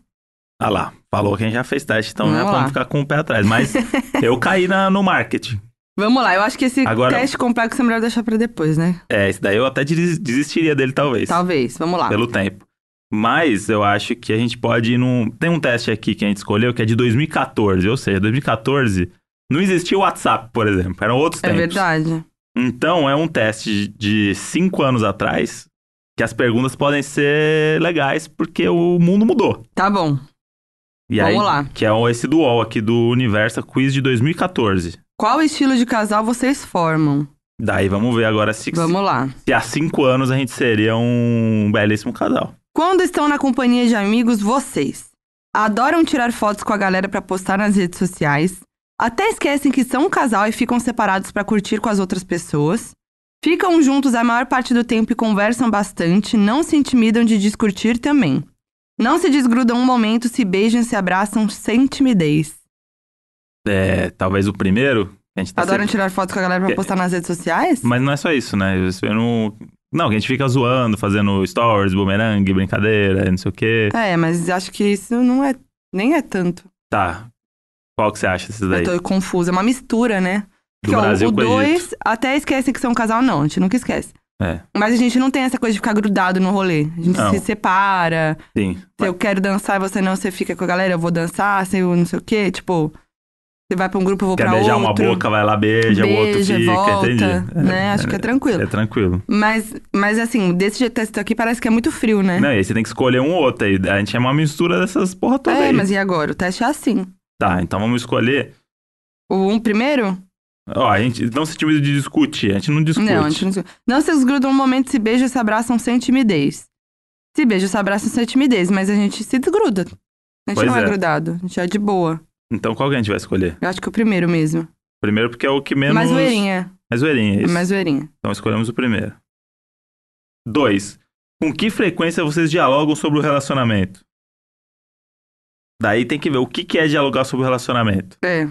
Speaker 1: Ah lá, falou quem já fez teste, então
Speaker 2: Vamos
Speaker 1: né,
Speaker 2: lá.
Speaker 1: vamos ficar com o pé atrás. Mas eu caí na- no marketing.
Speaker 2: Vamos lá, eu acho que esse
Speaker 1: Agora-
Speaker 2: teste complexo é melhor deixar pra depois, né?
Speaker 1: É, esse daí eu até des- desistiria dele, talvez.
Speaker 2: Talvez, vamos lá.
Speaker 1: pelo tempo. Mas eu acho que a gente pode ir num. Tem um teste aqui que a gente escolheu que é de 2014, ou seja, 2014 Não existia o WhatsApp, por exemplo. Eram outros
Speaker 2: É
Speaker 1: tempos.
Speaker 2: verdade.
Speaker 1: Então, é um teste de cinco anos atrás que as perguntas podem ser legais porque o mundo mudou.
Speaker 2: Tá bom.
Speaker 1: E
Speaker 2: Vamos
Speaker 1: aí,
Speaker 2: lá.
Speaker 1: Que é o- esse dual aqui do Universa Quiz de 2014.
Speaker 2: Qual estilo de casal vocês formam?
Speaker 1: Daí vamos ver agora se,
Speaker 2: Vamos lá.
Speaker 1: se há cinco anos a gente seria um belíssimo casal.
Speaker 2: Quando estão na companhia de amigos, vocês adoram tirar fotos com a galera pra postar nas redes sociais, até esquecem que são um casal e ficam separados pra curtir com as outras pessoas, ficam juntos a maior parte do tempo e conversam bastante, não se intimidam de discutir também. Não se desgrudam um momento, se beijam, se abraçam sem timidez.
Speaker 1: É, talvez o primeiro. A gente tá
Speaker 2: Adoram
Speaker 1: sempre-
Speaker 2: tirar fotos com a galera pra
Speaker 1: É.
Speaker 2: postar nas redes sociais?
Speaker 1: Mas não é só isso, né? Eu não... não, que a gente fica zoando, fazendo stories, bumerangue, brincadeira, não sei o quê.
Speaker 2: É, mas acho que isso não é. Nem é tanto.
Speaker 1: Tá. Qual que você acha desses daí?
Speaker 2: Eu tô confusa. É uma mistura, né?
Speaker 1: Do
Speaker 2: Porque, ó,
Speaker 1: Brasil
Speaker 2: o
Speaker 1: com o Egito.
Speaker 2: dois até esquecem que são um casal, não. A gente nunca esquece.
Speaker 1: É.
Speaker 2: Mas a gente não tem essa coisa de ficar grudado no rolê. A gente
Speaker 1: Não.
Speaker 2: se separa.
Speaker 1: Sim.
Speaker 2: Se eu quero dançar e você não, você fica com a galera, eu vou dançar, se eu não sei o quê. Tipo, você vai pra um grupo, eu vou
Speaker 1: Quer
Speaker 2: pra
Speaker 1: beijar
Speaker 2: outro.
Speaker 1: uma boca, vai lá, beija, o outro
Speaker 2: beija,
Speaker 1: fica,
Speaker 2: volta,
Speaker 1: entendi.
Speaker 2: né? Acho que é tranquilo.
Speaker 1: É tranquilo.
Speaker 2: Mas, mas assim, desse jeito que eu tô aqui, parece que é muito frio, né?
Speaker 1: Não, e aí você tem que escolher um ou outro aí. A gente é uma mistura dessas porra toda
Speaker 2: é,
Speaker 1: aí.
Speaker 2: mas e agora? O teste é assim.
Speaker 1: Tá, então vamos escolher.
Speaker 2: O um primeiro?
Speaker 1: Ó, a gente não se timida de discutir. A gente não discute.
Speaker 2: Não, a gente não... não se desgrudam um momento, se beijam, se abraçam sem timidez. Se beijam, se abraçam sem timidez, mas a gente se desgruda. A gente
Speaker 1: Pois
Speaker 2: não é.
Speaker 1: é.
Speaker 2: grudado, a gente é de boa.
Speaker 1: Então qual que a gente vai escolher?
Speaker 2: Eu acho que é o primeiro mesmo.
Speaker 1: Primeiro porque é o que menos...
Speaker 2: Mais zoeirinha.
Speaker 1: Mais zoeirinha,
Speaker 2: É
Speaker 1: isso.
Speaker 2: mais zoeirinha.
Speaker 1: Então escolhemos o primeiro. Dois. Com que frequência vocês dialogam sobre o relacionamento? Daí tem que ver o que, que é dialogar sobre o relacionamento.
Speaker 2: É.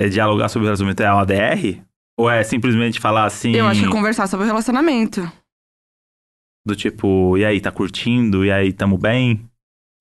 Speaker 1: É dialogar sobre o relacionamento é uma DR? Ou é simplesmente falar assim,
Speaker 2: Eu acho que é conversar sobre o relacionamento.
Speaker 1: do tipo, e aí, tá curtindo? E aí, tamo bem?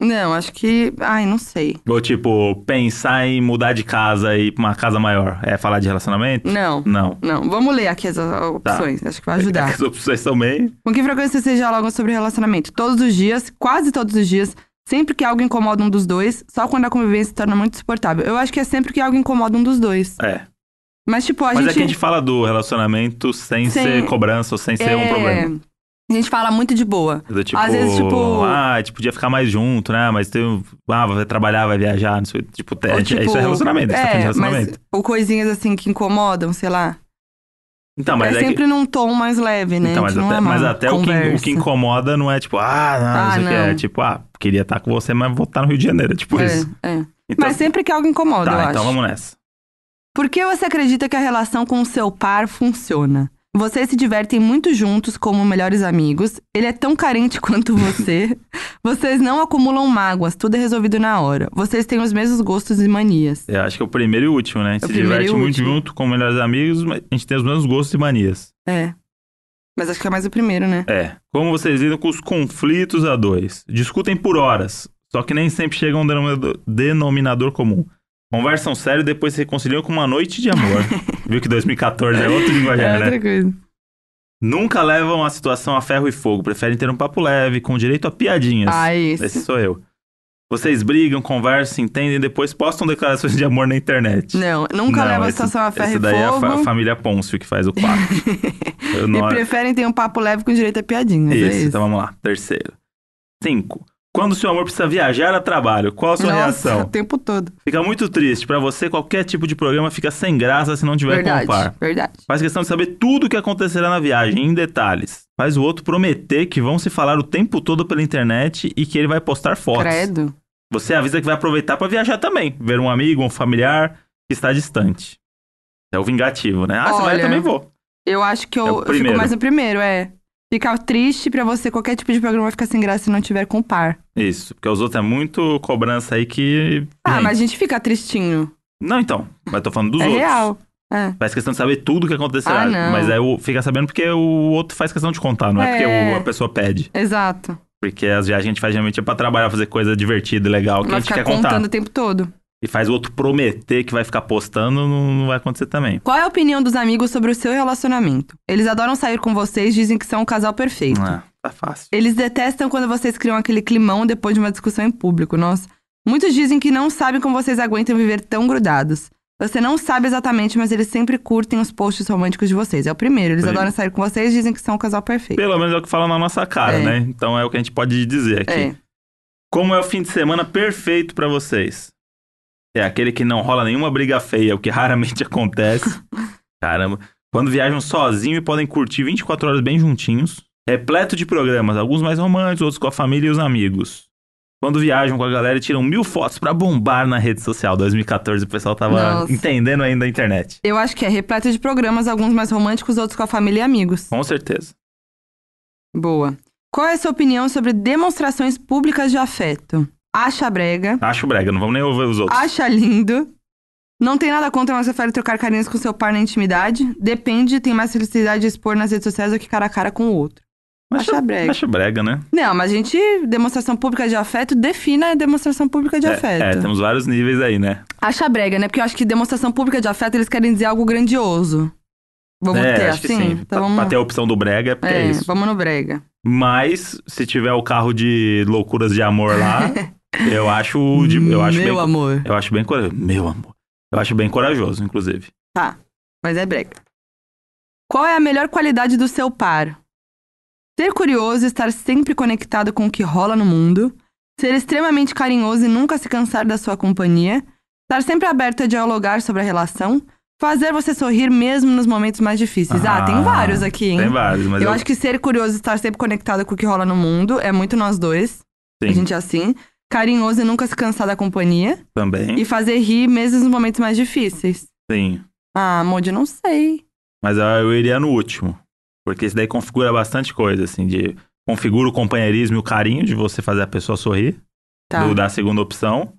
Speaker 2: Não, acho que. Ai, não sei.
Speaker 1: Ou tipo, pensar em mudar de casa e ir pra uma casa maior? É falar de relacionamento?
Speaker 2: Não.
Speaker 1: Não.
Speaker 2: Não. Vamos ler aqui as
Speaker 1: Tá.
Speaker 2: o- opções. Acho que vai ajudar.
Speaker 1: As opções são meio...
Speaker 2: Com que frequência vocês dialogam sobre relacionamento? Todos os dias, quase todos os dias. Sempre que algo incomoda um dos dois, só quando a convivência se torna muito insuportável. Eu acho que é sempre que algo incomoda um dos dois.
Speaker 1: É.
Speaker 2: Mas, tipo, a
Speaker 1: Mas
Speaker 2: gente.
Speaker 1: é que a gente fala do relacionamento sem,
Speaker 2: Sem-
Speaker 1: ser cobrança ou sem ser um
Speaker 2: É,
Speaker 1: problema.
Speaker 2: A gente fala muito de boa.
Speaker 1: Do tipo,
Speaker 2: Às vezes, tipo-
Speaker 1: Ah, a gente podia ficar mais junto, né? Mas tem. Ah, vai trabalhar, vai viajar, não sei. Tipo, te-
Speaker 2: Ou, tipo,
Speaker 1: isso é relacionamento, isso é,
Speaker 2: é,
Speaker 1: relacionamento.
Speaker 2: Mas, ou coisinhas assim que incomodam, sei lá.
Speaker 1: então, mas
Speaker 2: é
Speaker 1: é, que-
Speaker 2: sempre num tom mais leve, né?
Speaker 1: então, mas
Speaker 2: A gente não
Speaker 1: até,
Speaker 2: é uma
Speaker 1: mas até o, que, o
Speaker 2: conversa.
Speaker 1: que incomoda não é tipo, ah, não,
Speaker 2: Ah,
Speaker 1: sei o que.
Speaker 2: não.
Speaker 1: É tipo, ah, queria estar com você, mas vou estar no Rio de Janeiro. É tipo
Speaker 2: É,
Speaker 1: isso.
Speaker 2: é.
Speaker 1: Então,
Speaker 2: Mas sempre que algo incomoda, eu
Speaker 1: tá,
Speaker 2: acho.
Speaker 1: então vamos nessa.
Speaker 2: Por que você acredita que a relação com o seu par funciona? Vocês se divertem muito juntos como melhores amigos. Ele é tão carente quanto você. Vocês não acumulam mágoas, tudo é resolvido na hora. Vocês têm os mesmos gostos e manias.
Speaker 1: Eu acho que é o primeiro e último, né? A gente
Speaker 2: É o
Speaker 1: se
Speaker 2: primeiro e
Speaker 1: diverte muito
Speaker 2: último.
Speaker 1: junto com melhores amigos, mas a gente tem os mesmos gostos e manias.
Speaker 2: É. Mas acho que é mais o primeiro, né?
Speaker 1: É. Como vocês lidam com os conflitos a dois? Discutem por horas, só que nem sempre chega a um denominador, denominador comum. Conversam sério e depois se reconciliam com uma noite de amor. Viu que 2014 é outro linguajar, né?
Speaker 2: coisa.
Speaker 1: Nunca levam a situação a ferro e fogo, preferem ter um papo leve, com direito a piadinhas.
Speaker 2: Ah, isso.
Speaker 1: Esse sou eu. Vocês brigam, conversam, entendem e depois postam declarações de amor na internet.
Speaker 2: Não, nunca
Speaker 1: Não,
Speaker 2: leva a
Speaker 1: esse-
Speaker 2: situação a ferro
Speaker 1: Esse
Speaker 2: e
Speaker 1: daí é a
Speaker 2: fogo.
Speaker 1: fa- família Pôncio que faz o 4. Eu
Speaker 2: E
Speaker 1: não-
Speaker 2: preferem ter um papo leve com direito a piadinhas. é
Speaker 1: Isso,
Speaker 2: isso.
Speaker 1: então vamos lá. Terceiro. Cinco. Quando seu amor precisa viajar a trabalho, qual a sua
Speaker 2: Nossa, o
Speaker 1: reação?
Speaker 2: tempo todo.
Speaker 1: Fica muito triste. Pra você, qualquer tipo de programa fica sem graça se não tiver
Speaker 2: verdade,
Speaker 1: com o par.
Speaker 2: verdade.
Speaker 1: Faz questão de saber tudo o que acontecerá na viagem, em detalhes. Faz o outro prometer que vão se falar o tempo todo pela internet e que ele vai postar fotos.
Speaker 2: Credo.
Speaker 1: Você avisa que vai aproveitar pra viajar também. Ver um amigo, um familiar que está distante. É o vingativo, né? Ah, você vai, eu
Speaker 2: Olha,
Speaker 1: também vou.
Speaker 2: Eu acho que eu,
Speaker 1: É o
Speaker 2: eu fico
Speaker 1: primeiro.
Speaker 2: mais no primeiro, é. Ficar triste pra você, qualquer tipo de programa vai ficar sem graça se não tiver com o par.
Speaker 1: Isso, porque os outros é muito cobrança aí que.
Speaker 2: Ah,
Speaker 1: Gente,
Speaker 2: mas a gente fica tristinho.
Speaker 1: Não, então. Mas tô falando dos
Speaker 2: é
Speaker 1: outros.
Speaker 2: real. É.
Speaker 1: Faz questão de saber tudo o que acontecerá.
Speaker 2: Ah, não.
Speaker 1: Mas aí o- fica sabendo porque o outro faz questão de contar, não é,
Speaker 2: É.
Speaker 1: porque o- a pessoa pede.
Speaker 2: Exato.
Speaker 1: Porque as viagens que a gente faz geralmente é pra trabalhar, fazer coisa divertida e legal que a
Speaker 2: vai
Speaker 1: gente
Speaker 2: ficar
Speaker 1: quer
Speaker 2: contando
Speaker 1: contar.
Speaker 2: o tempo todo.
Speaker 1: E faz o outro prometer que vai ficar postando, não, não vai acontecer também.
Speaker 2: Qual é a opinião dos amigos sobre o seu relacionamento? Eles adoram sair com vocês, dizem que são um casal perfeito.
Speaker 1: Ah, tá fácil.
Speaker 2: Eles detestam quando vocês criam aquele climão depois de uma discussão em público, nossa. Muitos dizem que não sabem como vocês aguentam viver tão grudados. Você não sabe exatamente, mas eles sempre curtem os posts românticos de vocês. É o primeiro. Eles
Speaker 1: Sim.
Speaker 2: adoram sair com vocês, dizem que são o casal perfeito.
Speaker 1: Pelo menos é o que fala na nossa cara,
Speaker 2: É.
Speaker 1: né? Então é o que a gente pode dizer aqui.
Speaker 2: É.
Speaker 1: Como é o fim de semana perfeito pra vocês? É aquele que não rola nenhuma briga feia, o que raramente acontece. Caramba. Quando viajam sozinho e podem curtir 24 horas bem juntinhos. Repleto de programas, alguns mais românticos, outros com a família e os amigos. Quando viajam com a galera e tiram mil fotos pra bombar na rede social. 2014 o pessoal tava
Speaker 2: Nossa.
Speaker 1: entendendo ainda a internet.
Speaker 2: Eu acho que é repleto de programas, alguns mais românticos, outros com a família e amigos.
Speaker 1: Com certeza.
Speaker 2: Boa. Qual é a sua opinião sobre demonstrações públicas de afeto? Acha brega,
Speaker 1: Acho brega, não vamos nem ouvir os outros.
Speaker 2: acha lindo, não tem nada contra, mas prefere trocar carinhos com seu par na intimidade, depende, tem mais felicidade de expor nas redes sociais do que cara a cara com o outro. acha brega.
Speaker 1: Acho brega, né?
Speaker 2: Não, mas a gente, demonstração pública de afeto, defina a demonstração pública de
Speaker 1: é, é,
Speaker 2: afeto.
Speaker 1: temos vários níveis aí, né?
Speaker 2: Acha brega, né? Porque eu acho que demonstração pública de afeto, eles querem dizer algo grandioso. Vamos
Speaker 1: é,
Speaker 2: ter
Speaker 1: acho que
Speaker 2: assim?
Speaker 1: sim.
Speaker 2: Então
Speaker 1: pra,
Speaker 2: vamos...
Speaker 1: pra ter a opção do brega, é porque é,
Speaker 2: é,
Speaker 1: isso.
Speaker 2: vamos no brega.
Speaker 1: Mas, se tiver o carro de loucuras de amor lá, eu acho o de, eu acho
Speaker 2: Meu
Speaker 1: bem,
Speaker 2: amor.
Speaker 1: eu acho bem corajoso. Meu amor. Eu acho bem corajoso, inclusive.
Speaker 2: Tá, mas é brega. Qual é a melhor qualidade do seu par? Ser curioso, estar sempre conectado com o que rola no mundo, ser extremamente carinhoso e nunca se cansar da sua companhia, estar sempre aberto a dialogar sobre a relação, fazer você sorrir mesmo nos momentos mais difíceis. Ah, tem vários aqui, hein?
Speaker 1: Tem vários, mas
Speaker 2: eu,
Speaker 1: eu,
Speaker 2: acho que ser curioso, estar sempre conectado com o que rola no mundo, é muito nós dois.
Speaker 1: Sim.
Speaker 2: A gente é assim. Carinhoso e nunca se cansar da companhia.
Speaker 1: também.
Speaker 2: E fazer rir mesmo nos momentos mais difíceis.
Speaker 1: Sim.
Speaker 2: Ah, Moody, não sei.
Speaker 1: Mas eu, eu iria no último. Porque isso daí configura bastante coisa, assim, de. Configura o companheirismo e o carinho de você fazer a pessoa sorrir.
Speaker 2: Tá.
Speaker 1: Do, da segunda opção.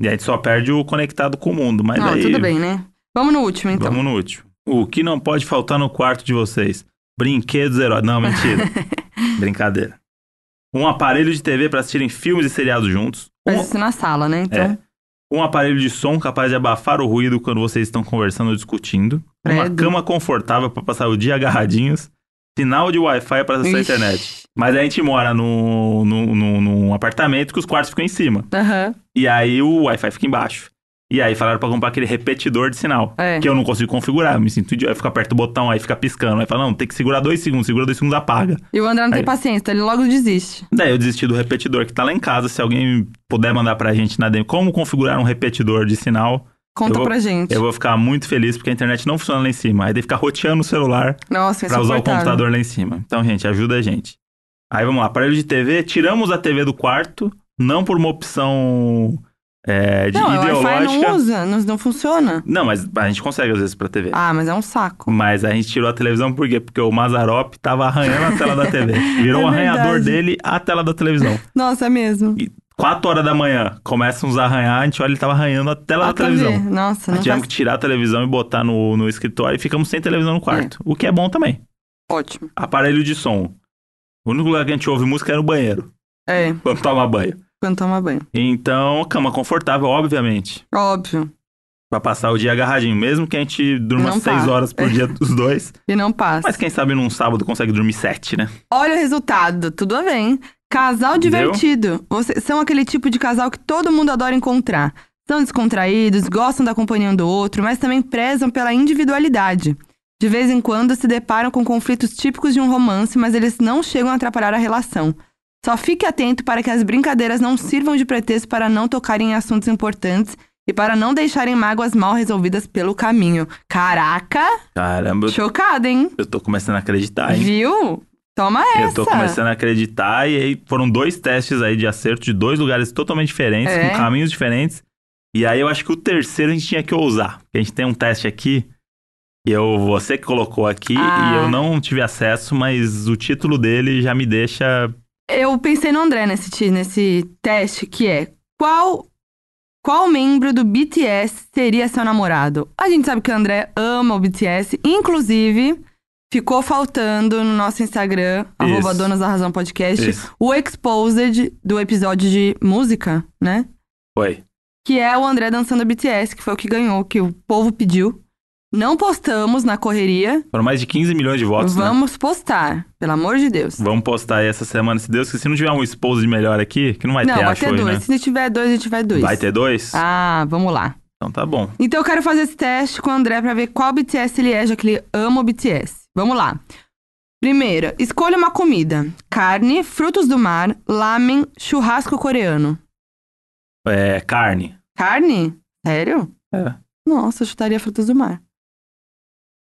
Speaker 1: E aí só perde o conectado com o mundo. Mas
Speaker 2: não,
Speaker 1: aí.
Speaker 2: tudo bem, né? Vamos no último, então.
Speaker 1: Vamos no último. O que não pode faltar no quarto de vocês? Brinquedos heróis. Não, mentira. Brincadeira. Um aparelho de TV para assistirem filmes e seriados juntos.
Speaker 2: Faz
Speaker 1: Um,
Speaker 2: isso na sala, né? Então,
Speaker 1: É. um aparelho de som capaz de abafar o ruído quando vocês estão conversando ou discutindo. É, Uma
Speaker 2: Credo.
Speaker 1: cama confortável para passar o dia agarradinhos. Sinal de Wi-Fi para acessar a
Speaker 2: Ixi.
Speaker 1: internet. Mas a gente mora num, num, num- num apartamento que os quartos ficam em cima.
Speaker 2: Aham,
Speaker 1: E aí o Wi-Fi fica embaixo. E aí falaram para comprar aquele repetidor de sinal.
Speaker 2: é.
Speaker 1: Que eu não consigo configurar, me sinto idiota. Aí fica aperto o botão, aí fica piscando. Aí fala, não, tem que segurar dois segundos, segura dois segundos, apaga.
Speaker 2: E o André não
Speaker 1: Aí.
Speaker 2: tem paciência, então ele logo desiste.
Speaker 1: Daí eu desisti do repetidor que tá lá em casa. Se alguém puder mandar pra gente na DM como configurar um repetidor de sinal, Eu
Speaker 2: Conta
Speaker 1: vou-
Speaker 2: pra gente.
Speaker 1: eu vou ficar muito feliz porque a internet não funciona lá em cima. Aí tem que ficar roteando o celular
Speaker 2: Nossa, é
Speaker 1: pra usar o
Speaker 2: insuportável.
Speaker 1: computador lá em cima. Então, gente, ajuda a gente. Aí vamos lá, aparelho de TV, tiramos a TV do quarto, não por uma opção é, de
Speaker 2: Não, o Wi-Fi
Speaker 1: ideológica.
Speaker 2: não usa, não, não funciona.
Speaker 1: Não, mas a gente consegue às vezes pra TV.
Speaker 2: Ah, mas é um saco.
Speaker 1: Mas a gente tirou a televisão por quê? Porque o Mazarop tava arranhando a tela da TV. Virou
Speaker 2: É
Speaker 1: o arranhador
Speaker 2: verdade.
Speaker 1: dele a tela da televisão.
Speaker 2: Nossa, é mesmo.
Speaker 1: Quatro horas da manhã, começam os arranhar, a gente olha, ele tava arranhando a tela
Speaker 2: Ah,
Speaker 1: da
Speaker 2: tá
Speaker 1: televisão. é um
Speaker 2: vendo? Nossa,
Speaker 1: Nós
Speaker 2: não
Speaker 1: tivemos
Speaker 2: faz...
Speaker 1: que tirar a televisão e botar no, no escritório e ficamos sem televisão no quarto. O que é bom também.
Speaker 2: Ótimo.
Speaker 1: Aparelho de som. O único lugar que a gente ouve música é no banheiro,
Speaker 2: É,
Speaker 1: quando toma banho.
Speaker 2: quando toma banho.
Speaker 1: Então, cama confortável, obviamente.
Speaker 2: Óbvio.
Speaker 1: Pra passar o dia agarradinho, mesmo que a gente durma
Speaker 2: Não
Speaker 1: seis
Speaker 2: tá.
Speaker 1: horas por dia dos dois.
Speaker 2: E não passa.
Speaker 1: Mas quem sabe num sábado consegue dormir sete, né?
Speaker 2: Olha o resultado, tudo bem. Casal
Speaker 1: Entendeu?
Speaker 2: divertido. Vocês são aquele tipo de casal que todo mundo adora encontrar. São descontraídos, gostam da companhia um do outro, mas também prezam pela individualidade. De vez em quando se deparam com conflitos típicos de um romance, mas eles não chegam a atrapalhar a relação. Só fique atento para que as brincadeiras não sirvam de pretexto para não tocarem em assuntos importantes e para não deixarem mágoas mal resolvidas pelo caminho. Caraca!
Speaker 1: Caramba, eu
Speaker 2: Chocada, hein?
Speaker 1: Eu tô começando a acreditar, hein?
Speaker 2: Viu? Toma essa!
Speaker 1: Eu tô começando a acreditar e aí foram dois testes aí de acerto de dois lugares totalmente diferentes,
Speaker 2: É.
Speaker 1: com caminhos diferentes. E aí eu acho que o terceiro a gente tinha que ousar. porque A gente tem um teste aqui e eu você que colocou aqui
Speaker 2: Ah.
Speaker 1: e eu não tive acesso, mas o título dele já me deixa
Speaker 2: Eu pensei no André nesse, ti- nesse teste, que é qual, qual membro do BTS seria seu namorado? A gente sabe que o André ama o BTS, inclusive ficou faltando no nosso Instagram, arroba Donos da Razão Podcast,
Speaker 1: Isso.
Speaker 2: o Exposed do episódio de música, né?
Speaker 1: Foi.
Speaker 2: Que é o André dançando BTS, que foi o que ganhou, que o povo pediu. Não postamos na correria,
Speaker 1: Foram mais de 15 milhões de votos, né?
Speaker 2: vamos postar, pelo amor de Deus.
Speaker 1: Vamos postar aí essa semana, se Deus que se não tiver um esposo de melhor aqui, que não vai
Speaker 2: Não,
Speaker 1: ter,
Speaker 2: vai
Speaker 1: acho
Speaker 2: ter
Speaker 1: hoje,
Speaker 2: dois.
Speaker 1: né?
Speaker 2: Se tiver dois, a gente vai dois.
Speaker 1: Vai ter dois?
Speaker 2: Ah, vamos lá.
Speaker 1: Então tá bom.
Speaker 2: Então eu quero fazer esse teste com o André pra ver qual BTS ele é, já que ele ama o BTS. Vamos lá. Primeira, escolha uma comida: carne, frutos do mar, lamen, churrasco coreano.
Speaker 1: É, carne.
Speaker 2: Carne? Sério?
Speaker 1: É.
Speaker 2: Nossa, eu chutaria frutos do mar.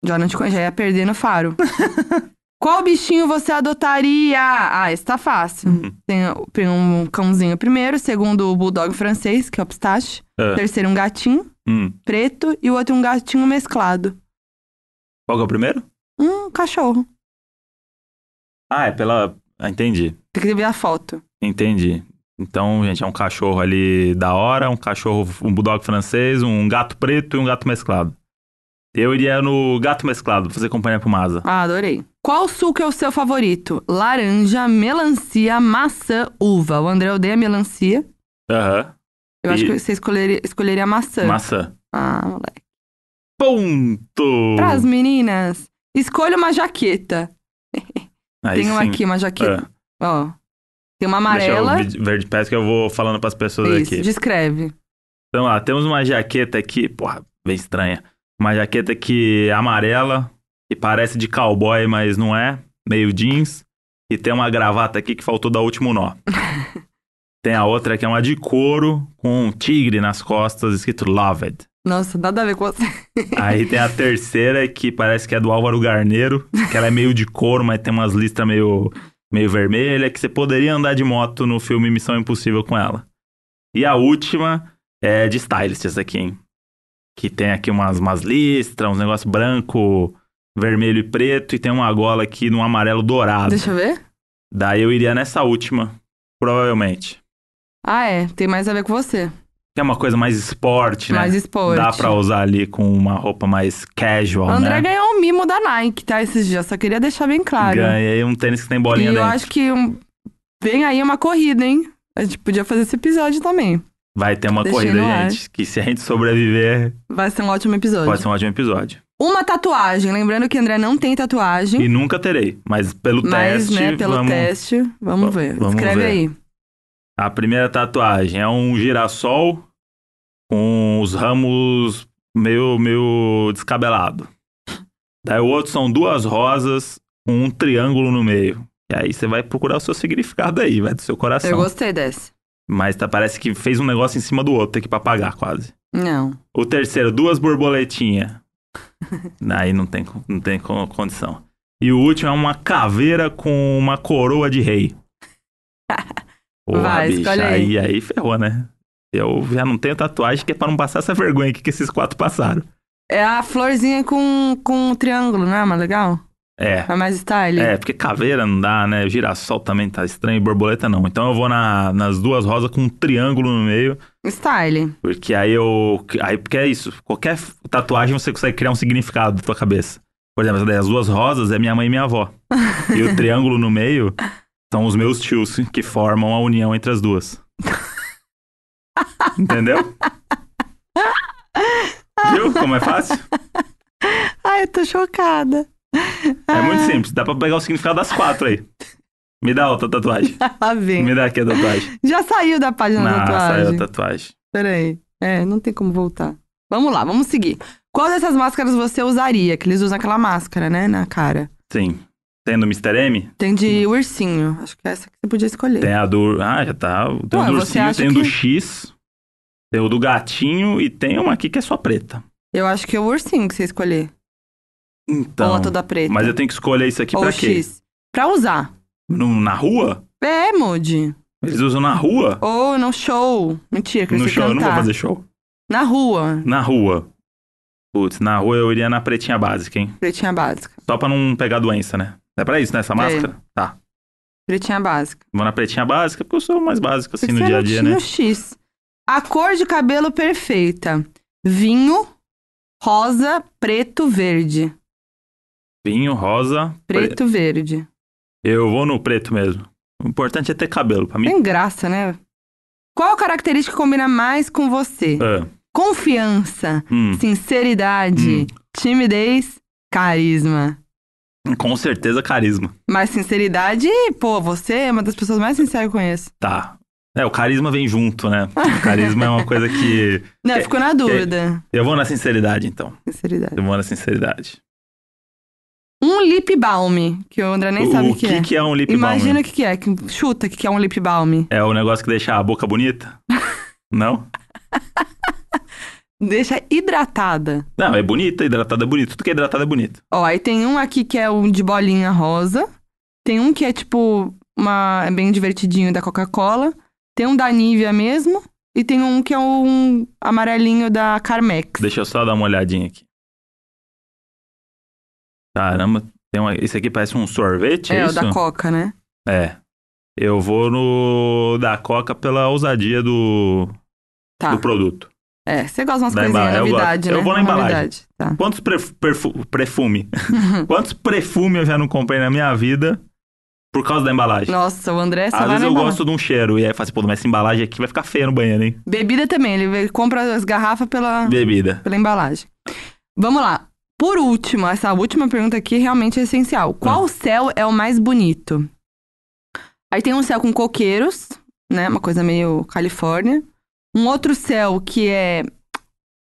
Speaker 2: Já não te conhe- já ia perder no faro. Qual bichinho você adotaria? Ah, esse tá fácil. Tem, tem um cãozinho primeiro, segundo o bulldog francês, que é o pistache.
Speaker 1: É.
Speaker 2: Terceiro, um gatinho
Speaker 1: Hum.
Speaker 2: preto e o outro, um gatinho mesclado.
Speaker 1: Qual que é o primeiro?
Speaker 2: Um cachorro.
Speaker 1: Ah, é pela. Ah, entendi.
Speaker 2: Tem que ver a foto.
Speaker 1: Entendi. Então, gente, é um cachorro ali da hora, um cachorro, um bulldog francês, um gato preto e um gato mesclado. Eu iria no gato mesclado, pra fazer companhia pro Maza.
Speaker 2: Ah, adorei. Qual suco é o seu favorito? Laranja, melancia, maçã, uva. O André odeia melancia.
Speaker 1: Aham.
Speaker 2: Eu acho
Speaker 1: E-
Speaker 2: que você escolheria, escolheria a maçã.
Speaker 1: Maçã.
Speaker 2: Ah, moleque.
Speaker 1: Ponto!
Speaker 2: Pras meninas, escolha uma jaqueta.
Speaker 1: Aí
Speaker 2: Tem uma
Speaker 1: sim. Ah.
Speaker 2: aqui, uma jaqueta. Ó. Tem uma
Speaker 1: Deixa eu
Speaker 2: amarela.
Speaker 1: ver- verde pés que eu vou falando pras pessoas
Speaker 2: Isso,
Speaker 1: aqui.
Speaker 2: descreve.
Speaker 1: Então, lá, temos uma jaqueta aqui, porra, bem estranha. Uma jaqueta que é amarela, que parece de cowboy, mas não é, meio jeans. E tem uma gravata aqui que faltou dar o último nó. tem a outra que é uma de couro, com um tigre nas costas, escrito Loved.
Speaker 2: Nossa, nada a ver com você.
Speaker 1: Aí tem a terceira que parece que é do Álvaro Garneiro, que ela é meio de couro, mas tem umas listras meio, meio vermelha, que você poderia andar de moto no filme Missão Impossível com ela. E a última é de stylist essa aqui, hein? Que tem aqui umas, umas listras, uns negócios branco, vermelho e preto, e tem uma gola aqui num amarelo dourado.
Speaker 2: Deixa eu ver.
Speaker 1: Daí eu iria nessa última, provavelmente.
Speaker 2: Ah, é. Tem mais a ver com você.
Speaker 1: Que é uma coisa mais esporte, né?
Speaker 2: Mais esporte.
Speaker 1: Dá pra usar ali com uma roupa mais casual,
Speaker 2: O André
Speaker 1: né?
Speaker 2: ganhou um mimo da Nike, tá? Esses dias. Só queria deixar bem claro.
Speaker 1: Ganhei um tênis que tem
Speaker 2: E
Speaker 1: bolinha
Speaker 2: eu
Speaker 1: dentro.
Speaker 2: acho que um- vem aí uma corrida, hein? A gente podia fazer esse episódio também.
Speaker 1: Vai ter uma
Speaker 2: Deixei
Speaker 1: corrida,
Speaker 2: no ar.
Speaker 1: gente. Que se a gente sobreviver,
Speaker 2: Vai ser um ótimo episódio.
Speaker 1: pode ser um ótimo episódio.
Speaker 2: Uma tatuagem. Lembrando que o André não tem tatuagem.
Speaker 1: E nunca terei. Mas pelo
Speaker 2: mas,
Speaker 1: teste.
Speaker 2: né, pelo
Speaker 1: vamos...
Speaker 2: teste, vamos ver.
Speaker 1: vamos
Speaker 2: Escreve
Speaker 1: ver.
Speaker 2: aí.
Speaker 1: A primeira tatuagem é um girassol com os ramos meio, meio descabelado. Daí o outro são duas rosas com um triângulo no meio. E aí você vai procurar o seu significado aí, vai do seu coração.
Speaker 2: Eu gostei dessa.
Speaker 1: Mas tá, parece que fez um negócio em cima do outro, tem que pagar quase.
Speaker 2: Não.
Speaker 1: O terceiro, duas borboletinhas. Aí não tem, co- não tem co- condição. E o último é uma caveira com uma coroa de rei. Porra,
Speaker 2: Vai,
Speaker 1: bicha,
Speaker 2: escolhe aí.
Speaker 1: aí. aí. ferrou, né? Eu já não tenho tatuagem que é pra não passar essa vergonha aqui que esses quatro passaram.
Speaker 2: É a florzinha com, com um triângulo, não é mais legal?
Speaker 1: É.
Speaker 2: É mais style.
Speaker 1: É, porque caveira não dá, né? Girassol também tá estranho, e borboleta não. Então eu vou na- nas duas rosas com um triângulo no meio,
Speaker 2: Style.
Speaker 1: porque aí eu. Aí, porque é isso. Qualquer tatuagem você consegue criar um significado da tua cabeça. Por exemplo, essa daí, as duas rosas é minha mãe e minha avó. E o triângulo no meio são os meus tios que formam a união entre as duas. Entendeu? Viu como é fácil?
Speaker 2: Ai, eu tô chocada.
Speaker 1: É muito simples. Dá pra pegar o significado das quatro aí. Me dá outra tatuagem.
Speaker 2: Lá vem.
Speaker 1: Me dá aqui a tatuagem.
Speaker 2: Já saiu da página da
Speaker 1: Não,
Speaker 2: tatuagem.
Speaker 1: saiu a tatuagem.
Speaker 2: Peraí. É, não tem como voltar. Vamos lá, vamos seguir. Qual dessas máscaras você usaria? Que eles usam aquela máscara, né? Na cara.
Speaker 1: Sim. Tendo Mr. M?
Speaker 2: Tem de ursinho. Acho que é essa que você podia escolher.
Speaker 1: Tem a do. Ah, já tá. Tem
Speaker 2: Ué,
Speaker 1: o do
Speaker 2: você
Speaker 1: ursinho,
Speaker 2: acha
Speaker 1: tem o do
Speaker 2: que-
Speaker 1: X, tem o do gatinho e tem uma aqui que é só preta.
Speaker 2: Eu acho que é o ursinho que você escolher. Ou
Speaker 1: Então.
Speaker 2: a toda preta.
Speaker 1: Mas eu tenho que escolher isso aqui
Speaker 2: Ou
Speaker 1: pra
Speaker 2: o
Speaker 1: quê?
Speaker 2: X. Pra usar.
Speaker 1: No- na rua?
Speaker 2: É, Moody.
Speaker 1: Eles usam na rua?
Speaker 2: Ou no show. Mentira, que
Speaker 1: no
Speaker 2: você
Speaker 1: show, eu não
Speaker 2: cantar.
Speaker 1: vou fazer show.
Speaker 2: Na rua.
Speaker 1: Na rua. Putz, na rua eu iria na pretinha básica, hein?
Speaker 2: Pretinha básica.
Speaker 1: Só pra não pegar doença, né? É pra isso, né? Essa máscara? Tá.
Speaker 2: Pretinha básica.
Speaker 1: Vou na pretinha básica, porque eu sou o mais básico, assim,
Speaker 2: Por
Speaker 1: no
Speaker 2: que você
Speaker 1: dia a
Speaker 2: não
Speaker 1: dia,
Speaker 2: tinha
Speaker 1: né?
Speaker 2: o X. A cor de cabelo perfeita. Vinho, rosa, preto, verde.
Speaker 1: Vinho, rosa. pre-
Speaker 2: Preto, verde.
Speaker 1: Eu vou no preto mesmo. O importante é ter cabelo, pra mim.
Speaker 2: Tem graça, né? Qual característica combina mais com você?
Speaker 1: Ah,
Speaker 2: Confiança,
Speaker 1: hum.
Speaker 2: sinceridade,
Speaker 1: Hum.
Speaker 2: timidez, carisma.
Speaker 1: Com certeza, carisma.
Speaker 2: Mas sinceridade, pô, você é uma das pessoas mais sinceras que eu conheço.
Speaker 1: Tá. É, o carisma vem junto, né? O carisma é uma coisa que.
Speaker 2: Não, ficou na dúvida.
Speaker 1: Eu vou na sinceridade, então.
Speaker 2: Sinceridade.
Speaker 1: Eu vou na sinceridade.
Speaker 2: Um lip balm, que o André nem
Speaker 1: o
Speaker 2: sabe
Speaker 1: o que,
Speaker 2: é.
Speaker 1: que é um lip
Speaker 2: Imagina
Speaker 1: balm?
Speaker 2: o que, que é. que- Chuta o que, que é um lip balm.
Speaker 1: É o negócio que deixa a boca bonita? Não?
Speaker 2: Deixa hidratada.
Speaker 1: Não, é bonita, hidratada é bonito. Tudo que é hidratado é bonito.
Speaker 2: Ó, aí tem um aqui que é um de bolinha rosa. Tem um que é tipo uma. É bem divertidinho da Coca-Cola. Tem um da Nivea mesmo. E tem um que é um amarelinho da Carmex.
Speaker 1: Deixa eu só dar uma olhadinha aqui. Caramba, tem uma... esse aqui parece um sorvete, é,
Speaker 2: é, o
Speaker 1: isso?
Speaker 2: da Coca, né?
Speaker 1: É. Eu vou no da Coca pela ousadia do,
Speaker 2: Tá.
Speaker 1: do produto.
Speaker 2: É, você gosta de umas
Speaker 1: Da
Speaker 2: coisinhas,
Speaker 1: embalagem, eu
Speaker 2: novidade,
Speaker 1: gosto.
Speaker 2: né?
Speaker 1: Eu vou na
Speaker 2: Uma
Speaker 1: embalagem.
Speaker 2: Novidade. Tá.
Speaker 1: Quantos pref- perfu- perfume? Quantos perfume eu já não comprei na minha vida por causa da embalagem?
Speaker 2: Nossa, o André só
Speaker 1: Às
Speaker 2: vai
Speaker 1: vezes
Speaker 2: na
Speaker 1: eu
Speaker 2: embalagem.
Speaker 1: gosto de um cheiro e aí eu falo assim, pô, mas essa embalagem aqui vai ficar feia no banheiro, hein?
Speaker 2: Bebida também, ele vê- compra as garrafas pela,
Speaker 1: Bebida.
Speaker 2: pela embalagem. Vamos lá. Por último, essa última pergunta aqui realmente é essencial.
Speaker 1: Ah.
Speaker 2: Qual céu é o mais bonito? Aí tem um céu com coqueiros, né? Uma coisa meio Califórnia. Um outro céu que é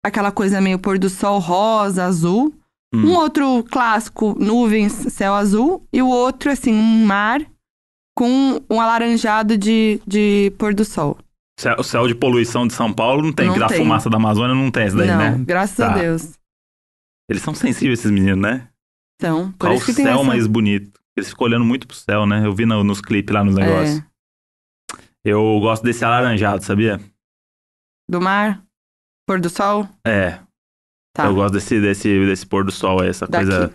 Speaker 2: aquela coisa meio pôr do sol rosa, azul.
Speaker 1: Hum.
Speaker 2: Um outro clássico, nuvens, céu azul. E o outro, assim, um mar com um alaranjado de, de pôr do sol.
Speaker 1: Céu- O céu de poluição de São Paulo não tem,
Speaker 2: Não
Speaker 1: que da
Speaker 2: tem.
Speaker 1: fumaça da Amazônia não tem isso daí,
Speaker 2: Não,
Speaker 1: né?
Speaker 2: graças a
Speaker 1: Tá.
Speaker 2: Deus.
Speaker 1: Eles são sensíveis, esses meninos, né?
Speaker 2: Então, por
Speaker 1: Qual o
Speaker 2: isso que tem
Speaker 1: céu
Speaker 2: essa-
Speaker 1: mais bonito? Eles ficam olhando muito pro céu, né? Eu vi no- nos clipes lá nos
Speaker 2: É,
Speaker 1: negócios. Eu gosto desse alaranjado, sabia?
Speaker 2: do mar, pôr do sol,
Speaker 1: É.
Speaker 2: Tá.
Speaker 1: Eu gosto desse, desse, desse pôr do sol, aí, essa
Speaker 2: daqui.
Speaker 1: coisa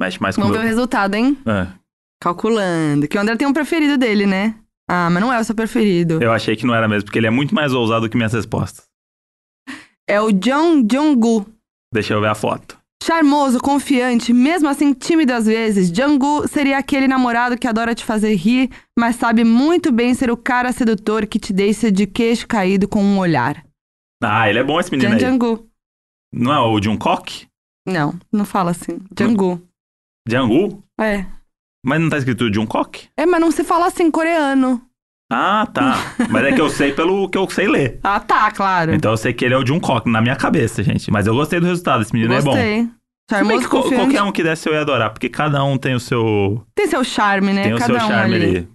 Speaker 1: mexe mais com
Speaker 2: Vamos ver o
Speaker 1: meu...
Speaker 2: resultado, hein?
Speaker 1: Ah,
Speaker 2: Calculando. Que o André tem um preferido dele, né? Ah, mas não é o seu preferido.
Speaker 1: eu achei que não era mesmo, porque ele é muito mais ousado que minhas respostas.
Speaker 2: É o Jong Jong-gu.
Speaker 1: Deixa eu ver a foto.
Speaker 2: Charmoso, confiante, mesmo assim tímido às vezes, Jong-gu seria aquele namorado que adora te fazer rir, mas sabe muito bem ser o cara sedutor que te deixa de queixo caído com um olhar.
Speaker 1: Ah, ele é bom esse menino
Speaker 2: Jan
Speaker 1: aí.
Speaker 2: Jong-gu.
Speaker 1: Não é o Jungkook?
Speaker 2: Não, não fala assim. Jong-gu.
Speaker 1: Jangwoo?
Speaker 2: É.
Speaker 1: Mas não tá escrito Jungkook?
Speaker 2: É, mas não se fala assim em coreano.
Speaker 1: Ah, tá. Mas é que eu sei pelo que eu sei ler.
Speaker 2: Ah, tá, claro.
Speaker 1: Então eu sei que ele é o Jungkook, na minha cabeça, gente. Mas eu gostei do resultado, esse menino é bom.
Speaker 2: Gostei.
Speaker 1: Se bem
Speaker 2: Charmoso,
Speaker 1: que co-
Speaker 2: confiante.
Speaker 1: qualquer um que desse eu ia adorar, porque cada um tem o seu,
Speaker 2: Tem seu charme, né?
Speaker 1: tem o
Speaker 2: Cada
Speaker 1: seu
Speaker 2: um
Speaker 1: charme
Speaker 2: ali.
Speaker 1: ali.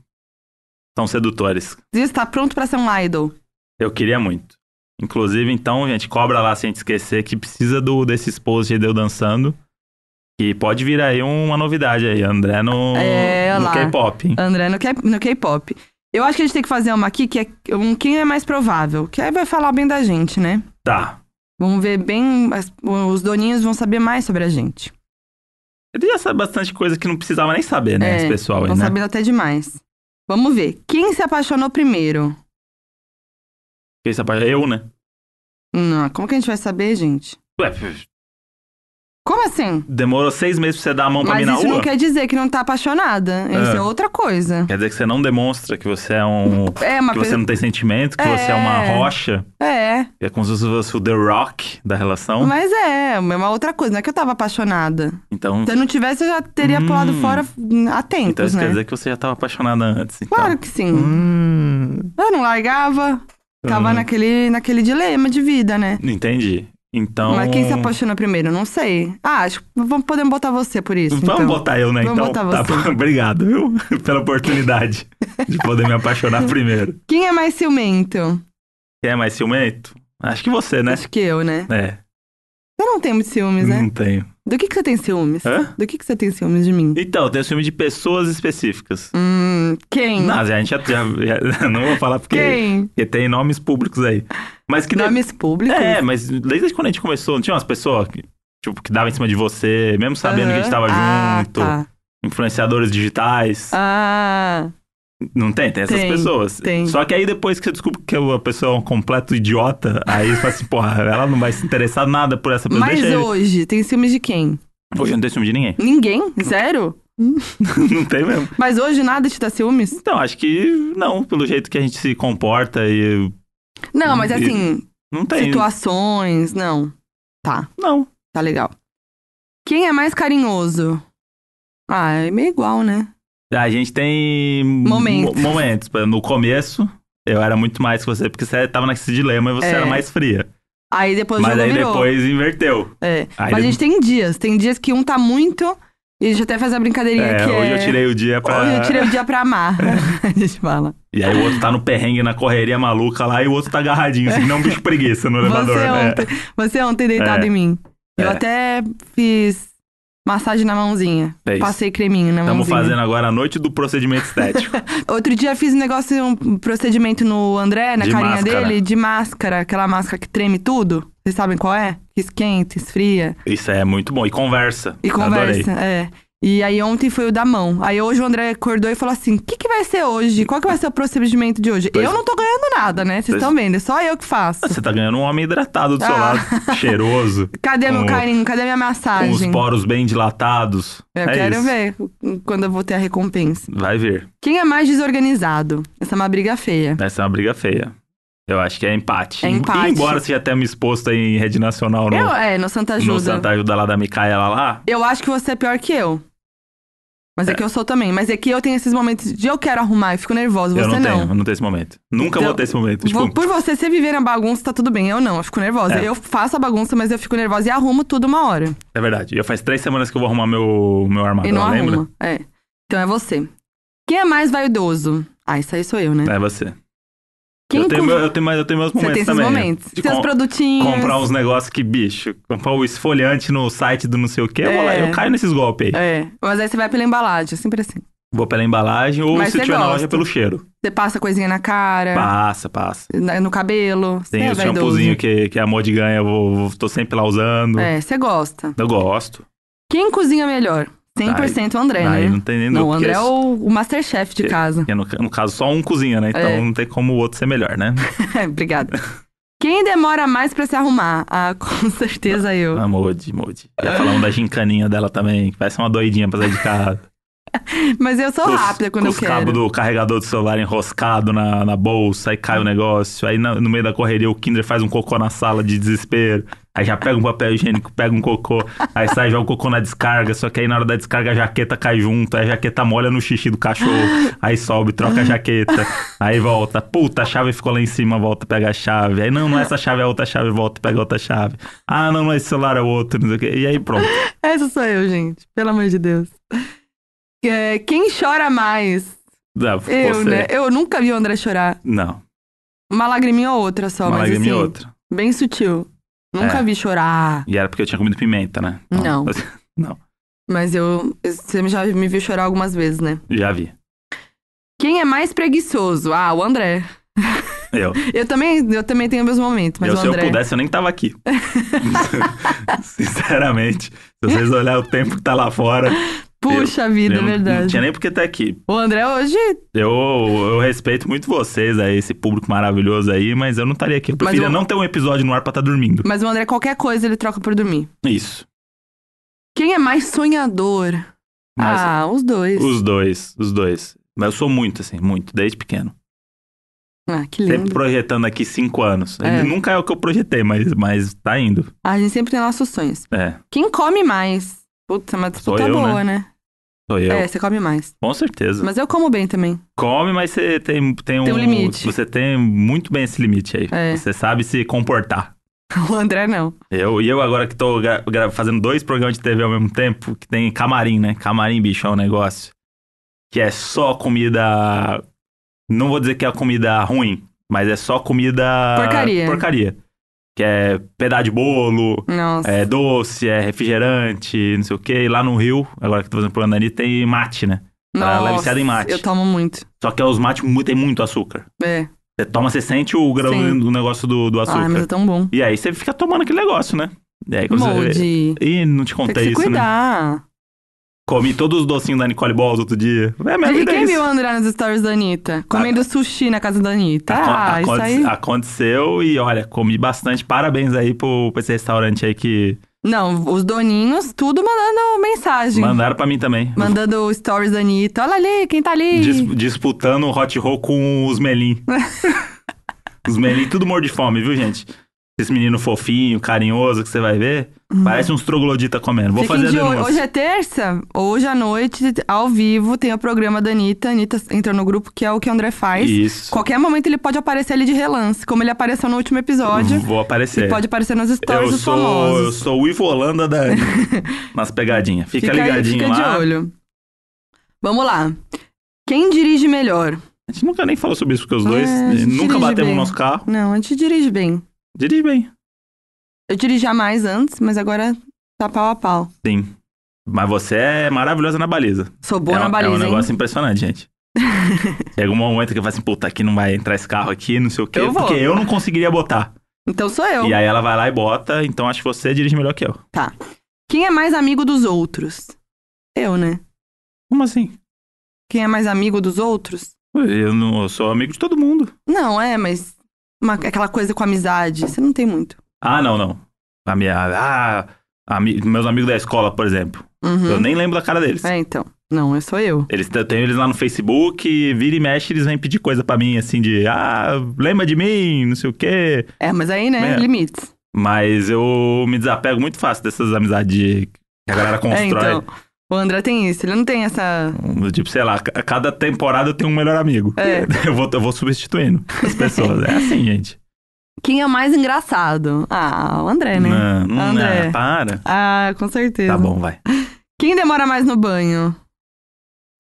Speaker 1: São sedutores.
Speaker 2: Diz tá pronto pra ser um idol.
Speaker 1: Eu queria muito. Inclusive, então, gente, cobra lá se a gente esquecer que precisa do desses posts aí de eu dançando. E pode vir aí uma novidade aí, André no,
Speaker 2: É,
Speaker 1: no
Speaker 2: lá.
Speaker 1: K-pop, hein?
Speaker 2: André, no K- no K-pop. Eu acho que a gente tem que fazer uma aqui que é um quem é mais provável. Que aí vai falar bem da gente, né?
Speaker 1: Tá.
Speaker 2: Vamos ver bem. as- os doninhos vão saber mais sobre a gente.
Speaker 1: Ele já sabe bastante coisa que não precisava nem saber, né?
Speaker 2: É,
Speaker 1: esse pessoal aí,
Speaker 2: Vão
Speaker 1: né?
Speaker 2: saber até demais. Vamos ver. Quem se apaixonou primeiro?
Speaker 1: Esse rapaz- Eu, né?
Speaker 2: Não, como que a gente vai saber, gente?
Speaker 1: Ué,
Speaker 2: Como assim?
Speaker 1: demorou seis meses pra você dar a mão pra mim
Speaker 2: Mas
Speaker 1: na
Speaker 2: isso
Speaker 1: rua?
Speaker 2: não quer dizer que não tá apaixonada. Isso
Speaker 1: É.
Speaker 2: é outra coisa.
Speaker 1: Quer dizer que você não demonstra que você é um.
Speaker 2: É, uma
Speaker 1: que você
Speaker 2: pessoa.
Speaker 1: não tem sentimento, que você é uma
Speaker 2: É.
Speaker 1: rocha.
Speaker 2: É,
Speaker 1: que É como se você fosse o The Rock da relação.
Speaker 2: mas é, é uma outra coisa. Não é que eu tava apaixonada.
Speaker 1: Então,
Speaker 2: Se eu não tivesse, eu já teria
Speaker 1: Hum.
Speaker 2: pulado fora hum, há tempos,
Speaker 1: então isso
Speaker 2: né?
Speaker 1: quer dizer que você já tava apaixonada antes. Então.
Speaker 2: Claro que sim.
Speaker 1: Hum,
Speaker 2: Eu não largava, tava
Speaker 1: Hum.
Speaker 2: naquele, naquele dilema de vida, né?
Speaker 1: entendi. Então.
Speaker 2: Mas quem se apaixonou primeiro? Não sei. Ah, acho que vamos podemos botar você por isso.
Speaker 1: Vamos
Speaker 2: então.
Speaker 1: botar eu, né?
Speaker 2: vamos
Speaker 1: então, Tá
Speaker 2: botar você.
Speaker 1: bom. obrigado, viu? Pela oportunidade de poder me apaixonar primeiro.
Speaker 2: Quem é mais ciumento?
Speaker 1: Quem é mais ciumento? Acho que você, né?
Speaker 2: Acho que eu, né?
Speaker 1: É.
Speaker 2: Você não tem muito ciúmes, né?
Speaker 1: Não tenho.
Speaker 2: Do que, que você tem ciúmes?
Speaker 1: Hã?
Speaker 2: Do que, que você tem ciúmes de mim?
Speaker 1: Então, eu tenho ciúme de pessoas específicas.
Speaker 2: Hum, quem?
Speaker 1: Não, a gente já, já- já- não vou falar porque,
Speaker 2: quem?
Speaker 1: porque tem nomes públicos aí. Mas que de-
Speaker 2: Nomes públicos?
Speaker 1: É, mas desde quando a gente começou, não tinha umas pessoas que, tipo, que davam em cima de você, mesmo sabendo que a gente tava
Speaker 2: Aham. ah,
Speaker 1: junto,
Speaker 2: Tá.
Speaker 1: influenciadores digitais.
Speaker 2: Ah,
Speaker 1: Não tem? Tem essas
Speaker 2: Tem,
Speaker 1: pessoas.
Speaker 2: tem.
Speaker 1: Só que aí depois que você descobre que a pessoa é um completo idiota, aí você fala assim, porra, ela não vai se interessar nada por essa pessoa.
Speaker 2: mas
Speaker 1: Deixa ele-
Speaker 2: hoje, tem ciúmes de quem?
Speaker 1: Hoje eu não tenho ciúme de ninguém.
Speaker 2: Ninguém? Zero?
Speaker 1: não tem mesmo.
Speaker 2: Mas hoje nada te dá ciúmes?
Speaker 1: Então, acho que não, pelo jeito que a gente se comporta e.
Speaker 2: Não, mas
Speaker 1: E-
Speaker 2: assim,
Speaker 1: Não tem.
Speaker 2: situações, não.
Speaker 1: Não.
Speaker 2: Tá legal. Quem é mais carinhoso? Ah, é meio igual, né?
Speaker 1: A gente tem.
Speaker 2: Momentos.
Speaker 1: mo- Momentos. Por exemplo, No começo, Eu era muito mais que você, porque você tava nesse dilema e você
Speaker 2: É.
Speaker 1: era mais fria.
Speaker 2: Aí depois o
Speaker 1: Mas
Speaker 2: jogo
Speaker 1: aí
Speaker 2: virou.
Speaker 1: depois inverteu.
Speaker 2: É.
Speaker 1: Aí
Speaker 2: Mas a
Speaker 1: de-
Speaker 2: gente tem dias. Tem dias que um tá muito. E a gente até faz a brincadeirinha
Speaker 1: é,
Speaker 2: que
Speaker 1: hoje
Speaker 2: é...
Speaker 1: eu tirei o dia pra. É.
Speaker 2: Hoje eu tirei o dia pra amar. a gente fala.
Speaker 1: E aí o outro tá no perrengue, na correria maluca lá, e o outro tá agarradinho, assim, não bicho preguiça no elevador,
Speaker 2: Você é um
Speaker 1: né?
Speaker 2: ontem, você ontem deitado
Speaker 1: É.
Speaker 2: em mim. Eu
Speaker 1: É.
Speaker 2: até fiz massagem na mãozinha.
Speaker 1: É isso.
Speaker 2: Passei creminho na
Speaker 1: Estamos
Speaker 2: mãozinha.
Speaker 1: fazendo agora a noite do procedimento estético.
Speaker 2: Outro dia fiz um negócio, um procedimento no André, na
Speaker 1: De
Speaker 2: carinha
Speaker 1: máscara. né?
Speaker 2: dele, de máscara. Aquela máscara que treme tudo. Vocês sabem qual é? Que esquenta, esfria.
Speaker 1: Isso é muito bom. E conversa.
Speaker 2: E
Speaker 1: Adorei.
Speaker 2: conversa, é. E aí ontem foi o da mão. Aí hoje o André acordou e falou assim: o que, que vai ser hoje? Qual que vai ser o procedimento de hoje?
Speaker 1: Pois-
Speaker 2: Eu não tô ganhando nada, né? Vocês
Speaker 1: Pois-
Speaker 2: estão vendo, é só eu que faço.
Speaker 1: Você tá ganhando um homem hidratado do seu
Speaker 2: Ah.
Speaker 1: lado, cheiroso,
Speaker 2: Cadê meu
Speaker 1: Com-
Speaker 2: carinho? Cadê minha
Speaker 1: com os
Speaker 2: massagem?
Speaker 1: poros bem dilatados.
Speaker 2: Eu
Speaker 1: é
Speaker 2: quero
Speaker 1: isso.
Speaker 2: ver quando eu vou ter a recompensa.
Speaker 1: Vai ver.
Speaker 2: Quem é mais desorganizado? Essa é uma briga feia.
Speaker 1: Essa é uma briga feia. Eu acho que é empate.
Speaker 2: É
Speaker 1: Em-
Speaker 2: empate.
Speaker 1: Embora você já tenha me exposto aí em rede nacional no,
Speaker 2: Eu, é, no Santa
Speaker 1: no
Speaker 2: Ajuda.
Speaker 1: Santa Ajuda lá da Micaela lá.
Speaker 2: Eu acho que você é pior que eu. Mas é, que eu sou também. Mas é que eu tenho esses momentos de eu quero arrumar e fico nervosa. Você
Speaker 1: eu não,
Speaker 2: não.
Speaker 1: tenho, eu não tenho esse momento. Nunca
Speaker 2: Então,
Speaker 1: vou ter esse momento.
Speaker 2: Vou-
Speaker 1: Tipo,
Speaker 2: por você, se viver na bagunça, tá tudo bem. Eu não, eu fico nervosa.
Speaker 1: É.
Speaker 2: Eu faço a bagunça, mas eu fico nervosa e arrumo tudo uma hora.
Speaker 1: é verdade. Eu faz três semanas que eu vou arrumar meu, meu armário,
Speaker 2: e não
Speaker 1: lembra?
Speaker 2: arruma. É. Então é você. Quem é mais vaidoso? Ah, isso aí sou eu, né?
Speaker 1: É você.
Speaker 2: Quem
Speaker 1: eu, tenho,
Speaker 2: cu-
Speaker 1: meu- eu, tenho, mais- eu tenho meus
Speaker 2: Você
Speaker 1: momentos
Speaker 2: tem esses
Speaker 1: também. né?
Speaker 2: momentos.
Speaker 1: De
Speaker 2: Seus
Speaker 1: com-
Speaker 2: produtinhos.
Speaker 1: Comprar uns negócios que, bicho, comprar o esfoliante no site do não sei o quê, eu, vou lá,
Speaker 2: É.
Speaker 1: eu caio nesses golpes aí.
Speaker 2: É. Mas aí você vai pela embalagem, sempre assim.
Speaker 1: Vou pela embalagem ou
Speaker 2: Mas
Speaker 1: se
Speaker 2: você
Speaker 1: tiver na
Speaker 2: gosta.
Speaker 1: loja pelo cheiro.
Speaker 2: Você passa coisinha na cara,
Speaker 1: Passa, passa.
Speaker 2: na- no cabelo. Você
Speaker 1: Tem
Speaker 2: é
Speaker 1: o
Speaker 2: vaidoso.
Speaker 1: shampoozinho né? que, que é amor de ganha, eu vou, vou- tô sempre lá usando.
Speaker 2: É, você gosta.
Speaker 1: Eu gosto.
Speaker 2: Quem cozinha melhor? 100% o André,
Speaker 1: Aí
Speaker 2: né?
Speaker 1: não tem É. nem
Speaker 2: Não, o
Speaker 1: dúvida,
Speaker 2: André é
Speaker 1: porque-
Speaker 2: o, o masterchef de
Speaker 1: Que-
Speaker 2: casa.
Speaker 1: porque No, no caso, só um cozinha, né? Então
Speaker 2: É.
Speaker 1: não tem como o outro ser melhor, né?
Speaker 2: Obrigada. Quem demora mais pra se arrumar? Ah, com certeza eu.
Speaker 1: Ah, Modi, Modi. Já falamos da gincaninha dela também, que parece uma doidinha pra sair de casa.
Speaker 2: Mas eu sou
Speaker 1: Com os-
Speaker 2: rápida
Speaker 1: com
Speaker 2: quando eu
Speaker 1: os cabos
Speaker 2: quero.
Speaker 1: do carregador do celular enroscado na, na bolsa, aí cai o negócio, aí na- no meio da correria o Kinder faz um cocô na sala de desespero, aí já pega um papel higiênico, pega um cocô, aí sai joga o cocô na descarga, só que aí na hora da descarga a jaqueta cai junto, aí a jaqueta molha no xixi do cachorro, aí sobe, troca a jaqueta, aí volta, puta, a chave ficou lá em cima, volta, pega a chave, aí não, não é essa chave, é outra chave, volta, pega outra chave, ah, não, não é esse celular, é outro, não sei o quê, e aí pronto.
Speaker 2: Essa sou eu, gente. Pelo amor de Deus. É, quem chora mais?
Speaker 1: Não,
Speaker 2: Eu,
Speaker 1: você-
Speaker 2: né? Eu nunca vi o André chorar.
Speaker 1: Não,
Speaker 2: Uma lagriminha ou outra só,
Speaker 1: uma
Speaker 2: mas
Speaker 1: lágrima e
Speaker 2: assim,
Speaker 1: outra.
Speaker 2: bem sutil. Nunca
Speaker 1: É.
Speaker 2: vi chorar.
Speaker 1: E era porque eu tinha comido pimenta, né?
Speaker 2: Não. Mas eu. Você já me viu chorar algumas vezes, né?
Speaker 1: Já vi.
Speaker 2: Quem é mais preguiçoso? Ah, o André.
Speaker 1: Eu.
Speaker 2: Eu também, eu também tenho meus momentos, mas
Speaker 1: eu
Speaker 2: o
Speaker 1: se eu
Speaker 2: André.
Speaker 1: pudesse, eu nem tava aqui. Sinceramente. Se vocês olharem o tempo que tá lá fora.
Speaker 2: Puxa vida,
Speaker 1: eu
Speaker 2: é
Speaker 1: não- Não
Speaker 2: verdade.
Speaker 1: tinha nem porque tá aqui.
Speaker 2: O André hoje.
Speaker 1: Eu, eu respeito muito vocês aí, esse público maravilhoso aí, mas eu não estaria aqui. Eu preferia
Speaker 2: eu-
Speaker 1: não ter um episódio no ar pra estar dormindo.
Speaker 2: Mas o André, qualquer coisa, ele troca por dormir.
Speaker 1: Isso.
Speaker 2: Quem é mais sonhador?
Speaker 1: Mas
Speaker 2: ah, os dois.
Speaker 1: os dois, os dois. Mas eu sou muito, assim, muito, desde pequeno.
Speaker 2: Ah, que
Speaker 1: Sempre
Speaker 2: lindo.
Speaker 1: projetando aqui cinco anos.
Speaker 2: É.
Speaker 1: Nunca é o que eu projetei, mas, mas tá indo.
Speaker 2: A gente sempre tem nossos sonhos.
Speaker 1: É,
Speaker 2: Quem come mais? Putz, é uma disputa
Speaker 1: eu,
Speaker 2: boa, né?
Speaker 1: sou eu.
Speaker 2: É, você come mais.
Speaker 1: Com certeza.
Speaker 2: Mas eu como bem também.
Speaker 1: Come, mas você tem, tem,
Speaker 2: Tem um limite.
Speaker 1: Você tem muito bem esse limite aí.
Speaker 2: É.
Speaker 1: Você sabe se comportar.
Speaker 2: O André não.
Speaker 1: Eu, e eu agora que tô gra- gra- fazendo dois programas de TV ao mesmo tempo, que tem camarim, né? Camarim, bicho, é um negócio. Que é só comida. Não vou dizer que é comida ruim, mas é só comida.
Speaker 2: Porcaria.
Speaker 1: Porcaria. Que é pedaço de bolo,
Speaker 2: Nossa.
Speaker 1: é doce, é refrigerante, não sei o quê. E lá no Rio, agora que eu tô fazendo programa da Anitta, tem mate, né? ela é
Speaker 2: Nossa,
Speaker 1: viciada em mate.
Speaker 2: Eu tomo muito.
Speaker 1: Só que é os mates mu- tem muito açúcar.
Speaker 2: É.
Speaker 1: Você toma, você sente o grau
Speaker 2: Sim.
Speaker 1: do negócio do, do açúcar.
Speaker 2: Ah, mas é tão bom.
Speaker 1: E aí você fica tomando aquele negócio, né? E aí quando você...
Speaker 2: Molde.
Speaker 1: Ih, não te
Speaker 2: Tem que
Speaker 1: contei
Speaker 2: se
Speaker 1: isso, né?
Speaker 2: cuidar.
Speaker 1: Comi todos os docinhos da Nicole Balls outro dia. É, minha
Speaker 2: E
Speaker 1: vida é
Speaker 2: quem
Speaker 1: isso. Ah.
Speaker 2: viu o André nas stories da Anitta? Comendo sushi na casa da Anitta.
Speaker 1: Acon-
Speaker 2: Ah, isso
Speaker 1: aconte-
Speaker 2: aí.
Speaker 1: Aconteceu e olha, comi bastante. Parabéns aí pro, pra esse restaurante aí que
Speaker 2: Não, os doninhos, tudo mandando mensagem.
Speaker 1: mandaram pra mim também.
Speaker 2: Mandando stories da Anitta. Olha ali, quem tá ali.
Speaker 1: Dis- disputando o hot roll com os melim. os melim tudo morre de fome, viu, gente? Esse menino fofinho, carinhoso que você vai ver, parece uns troglodita comendo. Vou
Speaker 2: Uhum. Fiquem
Speaker 1: fazer a
Speaker 2: de olho.
Speaker 1: denúncia.
Speaker 2: Hoje é terça, hoje à noite, ao vivo, tem o programa da Anitta. A Anitta entrou no grupo, que é o que o André faz.
Speaker 1: Isso.
Speaker 2: Qualquer momento ele pode aparecer ali de relance, como ele apareceu no último episódio.
Speaker 1: Vou aparecer.
Speaker 2: E pode aparecer nas
Speaker 1: Uhum. eu
Speaker 2: stories dos
Speaker 1: sou, eu
Speaker 2: famosos.
Speaker 1: sou o Ivo Holanda da Anitta. nas pegadinhas. Fica,
Speaker 2: aí,
Speaker 1: ligadinho
Speaker 2: fica
Speaker 1: lá.
Speaker 2: de olho. Vamos lá. Quem dirige melhor?
Speaker 1: A gente nunca nem falou sobre isso, porque os dois
Speaker 2: É, a gente
Speaker 1: nunca
Speaker 2: dirige
Speaker 1: batemos
Speaker 2: bem.
Speaker 1: no nosso carro.
Speaker 2: Não, a gente dirige bem.
Speaker 1: Dirige bem.
Speaker 2: Eu dirigia mais antes, mas agora tá pau a pau.
Speaker 1: Sim. Mas você é maravilhosa na baliza.
Speaker 2: Sou boa
Speaker 1: é,
Speaker 2: na
Speaker 1: um-
Speaker 2: baliza,
Speaker 1: É um
Speaker 2: hein?
Speaker 1: negócio impressionante, gente. Chega um momento que eu falo assim, puta, aqui não vai entrar esse carro aqui, não sei o quê.
Speaker 2: Eu vou.
Speaker 1: Porque eu não conseguiria botar.
Speaker 2: Então sou eu.
Speaker 1: E aí ela vai lá e bota, então acho que você dirige melhor que eu.
Speaker 2: Quem é mais amigo dos outros? Eu, né?
Speaker 1: Como assim?
Speaker 2: Quem é mais amigo dos outros?
Speaker 1: Eu, não, eu sou amigo de todo mundo.
Speaker 2: Não, é, mas uma- aquela coisa com amizade, você não tem muito.
Speaker 1: Ah, não, não. A minha. Ah, ami- meus amigos da escola, por exemplo. Eu
Speaker 2: Uhum.
Speaker 1: nem lembro da cara deles.
Speaker 2: É, então. Não, eu sou eu.
Speaker 1: Eles, eu tenho eles lá no Facebook, e vira e mexe, eles vêm pedir coisa pra mim, assim, de ah, lembra de mim, não sei o quê.
Speaker 2: É, mas aí, né,
Speaker 1: É.
Speaker 2: limites.
Speaker 1: Mas eu me desapego muito fácil dessas amizades de- que a galera
Speaker 2: É,
Speaker 1: constrói.
Speaker 2: então. O André tem isso, ele não tem essa.
Speaker 1: Um, Tipo, sei lá, a cada temporada eu tenho um melhor amigo.
Speaker 2: É.
Speaker 1: Eu, vou, eu vou substituindo as pessoas. É assim, gente.
Speaker 2: Quem é mais engraçado? Ah, o André, né?
Speaker 1: Não, não,
Speaker 2: André.
Speaker 1: não, para.
Speaker 2: Ah, com certeza.
Speaker 1: Tá bom, vai.
Speaker 2: Quem demora mais no banho?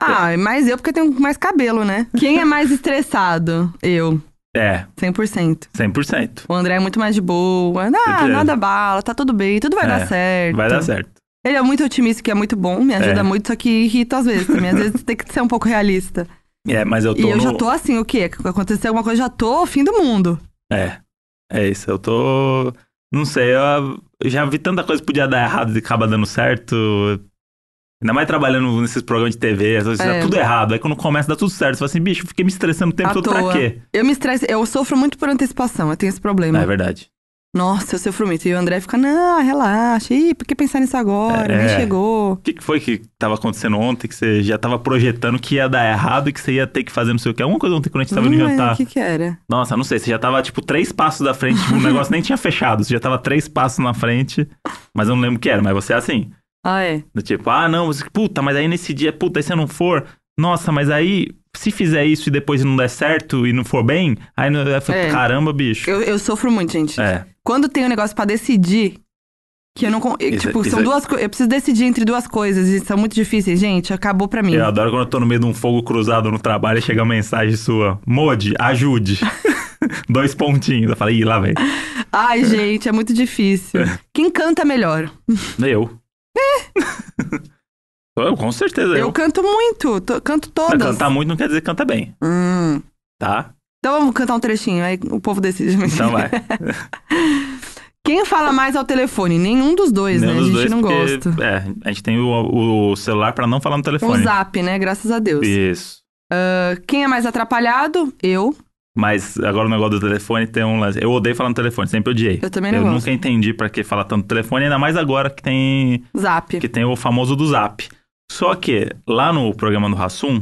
Speaker 2: Ah, é mais eu porque eu tenho mais cabelo, né? Quem é mais estressado? Eu,
Speaker 1: É,
Speaker 2: 100%.
Speaker 1: 100%.
Speaker 2: O André é muito mais de boa. Ah,
Speaker 1: É.
Speaker 2: nada bala, tá tudo bem, tudo vai
Speaker 1: É,
Speaker 2: dar certo.
Speaker 1: Vai dar certo.
Speaker 2: Ele é muito otimista, que é muito bom, me ajuda
Speaker 1: É.
Speaker 2: muito, só que irrita às vezes também. Às vezes tem que ser um pouco realista.
Speaker 1: É, mas eu tô
Speaker 2: e eu
Speaker 1: no...
Speaker 2: já tô assim, o quê? Aconteceu alguma coisa, já tô o fim do mundo.
Speaker 1: É, é isso. Eu tô. Não sei, eu eu já vi tanta coisa que podia dar errado e acaba dando certo. Ainda mais trabalhando nesses programas de TV, às vezes
Speaker 2: É.
Speaker 1: dá tudo errado. Aí quando começa, dá tudo certo. Você fala assim, bicho, eu fiquei me estressando o tempo
Speaker 2: À
Speaker 1: todo
Speaker 2: toa.
Speaker 1: pra quê?
Speaker 2: Eu me estresso, eu sofro muito por antecipação, eu tenho esse problema.
Speaker 1: É verdade.
Speaker 2: Nossa, eu sofro muito. E o André fica, não, relaxa. Ih, por que pensar nisso agora?
Speaker 1: É.
Speaker 2: Nem chegou.
Speaker 1: O que que foi que tava acontecendo ontem que você já tava projetando que ia dar errado e que você ia ter que fazer não sei o quê? Alguma coisa ontem quando a gente tava no
Speaker 2: Não é,
Speaker 1: jantar.
Speaker 2: O que que era?
Speaker 1: Nossa, não sei, você já tava tipo três passos da frente, tipo, o negócio nem tinha fechado, você já tava três passos na frente, mas eu não lembro o que era, mas você é assim.
Speaker 2: Ah, é.
Speaker 1: Do tipo, ah, não, você, puta, mas aí nesse dia, puta, aí você não for, nossa, mas aí se fizer isso e depois não der certo e não for bem, aí não, aí foi,
Speaker 2: É.
Speaker 1: caramba, bicho.
Speaker 2: Eu, eu sofro muito, gente.
Speaker 1: É,
Speaker 2: Quando tem um negócio pra decidir, que eu não... con-
Speaker 1: Isso é-
Speaker 2: tipo,
Speaker 1: isso
Speaker 2: são
Speaker 1: é-
Speaker 2: duas coisas... Eu preciso decidir entre duas coisas e são muito difíceis, gente. Acabou pra mim.
Speaker 1: eu adoro quando eu tô no meio de um fogo cruzado no trabalho e chega uma mensagem sua, Mode, ajude. Dois pontinhos. Eu falei, ih, lá vem.
Speaker 2: Ai, gente, é muito difícil. Quem canta melhor?
Speaker 1: Eu. eu, com certeza,
Speaker 2: Eu,
Speaker 1: eu.
Speaker 2: canto muito, to- canto
Speaker 1: Mas
Speaker 2: todas.
Speaker 1: cantar muito não quer dizer que canta bem,
Speaker 2: Hum.
Speaker 1: tá?
Speaker 2: Então vamos cantar um trechinho, aí o povo decide.
Speaker 1: Então vai.
Speaker 2: Quem fala mais ao telefone? Nenhum dos dois,
Speaker 1: Nenhum
Speaker 2: né?
Speaker 1: dos
Speaker 2: a gente
Speaker 1: dois,
Speaker 2: não
Speaker 1: porque,
Speaker 2: gosta.
Speaker 1: É, a gente tem o, o celular pra não falar no
Speaker 2: Um
Speaker 1: telefone.
Speaker 2: zap, né? Graças a Deus.
Speaker 1: Isso.
Speaker 2: Ah, Quem é mais atrapalhado? Eu.
Speaker 1: Mas agora o negócio do telefone tem um lance. Eu odeio falar no telefone, sempre odiei.
Speaker 2: Eu também não
Speaker 1: eu
Speaker 2: gosto.
Speaker 1: nunca entendi pra que falar tanto no telefone, ainda mais agora que tem,
Speaker 2: Zap.
Speaker 1: que tem o famoso do zap. Só que lá no programa do Rassum,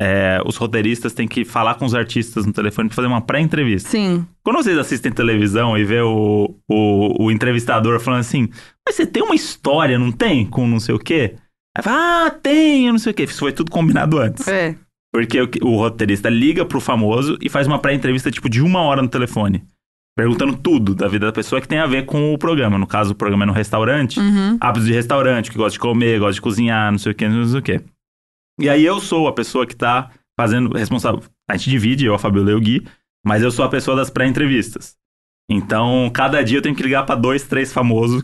Speaker 1: é, os roteiristas têm que falar com os artistas no telefone pra fazer uma pré-entrevista.
Speaker 2: Sim.
Speaker 1: Quando vocês assistem televisão e vê o, o, o entrevistador falando assim, mas você tem uma história, não tem? Com não sei o quê? Aí fala, ah, tem, eu não sei o quê. Isso foi tudo combinado antes.
Speaker 2: É.
Speaker 1: Porque o, que- o roteirista liga pro famoso e faz uma pré-entrevista, tipo, de uma hora no telefone. Perguntando tudo da vida da pessoa que tem a ver com o programa. No caso, o programa é no restaurante.
Speaker 2: Uhum.
Speaker 1: Hábitos de restaurante, que gosta de comer, gosta de cozinhar, não sei o quê, não sei o quê. E aí eu sou a pessoa que tá fazendo, responsável. A gente divide, eu, a Fabiola e o Gui, mas eu sou a pessoa das pré-entrevistas. Então, cada dia eu tenho que ligar pra dois, três famosos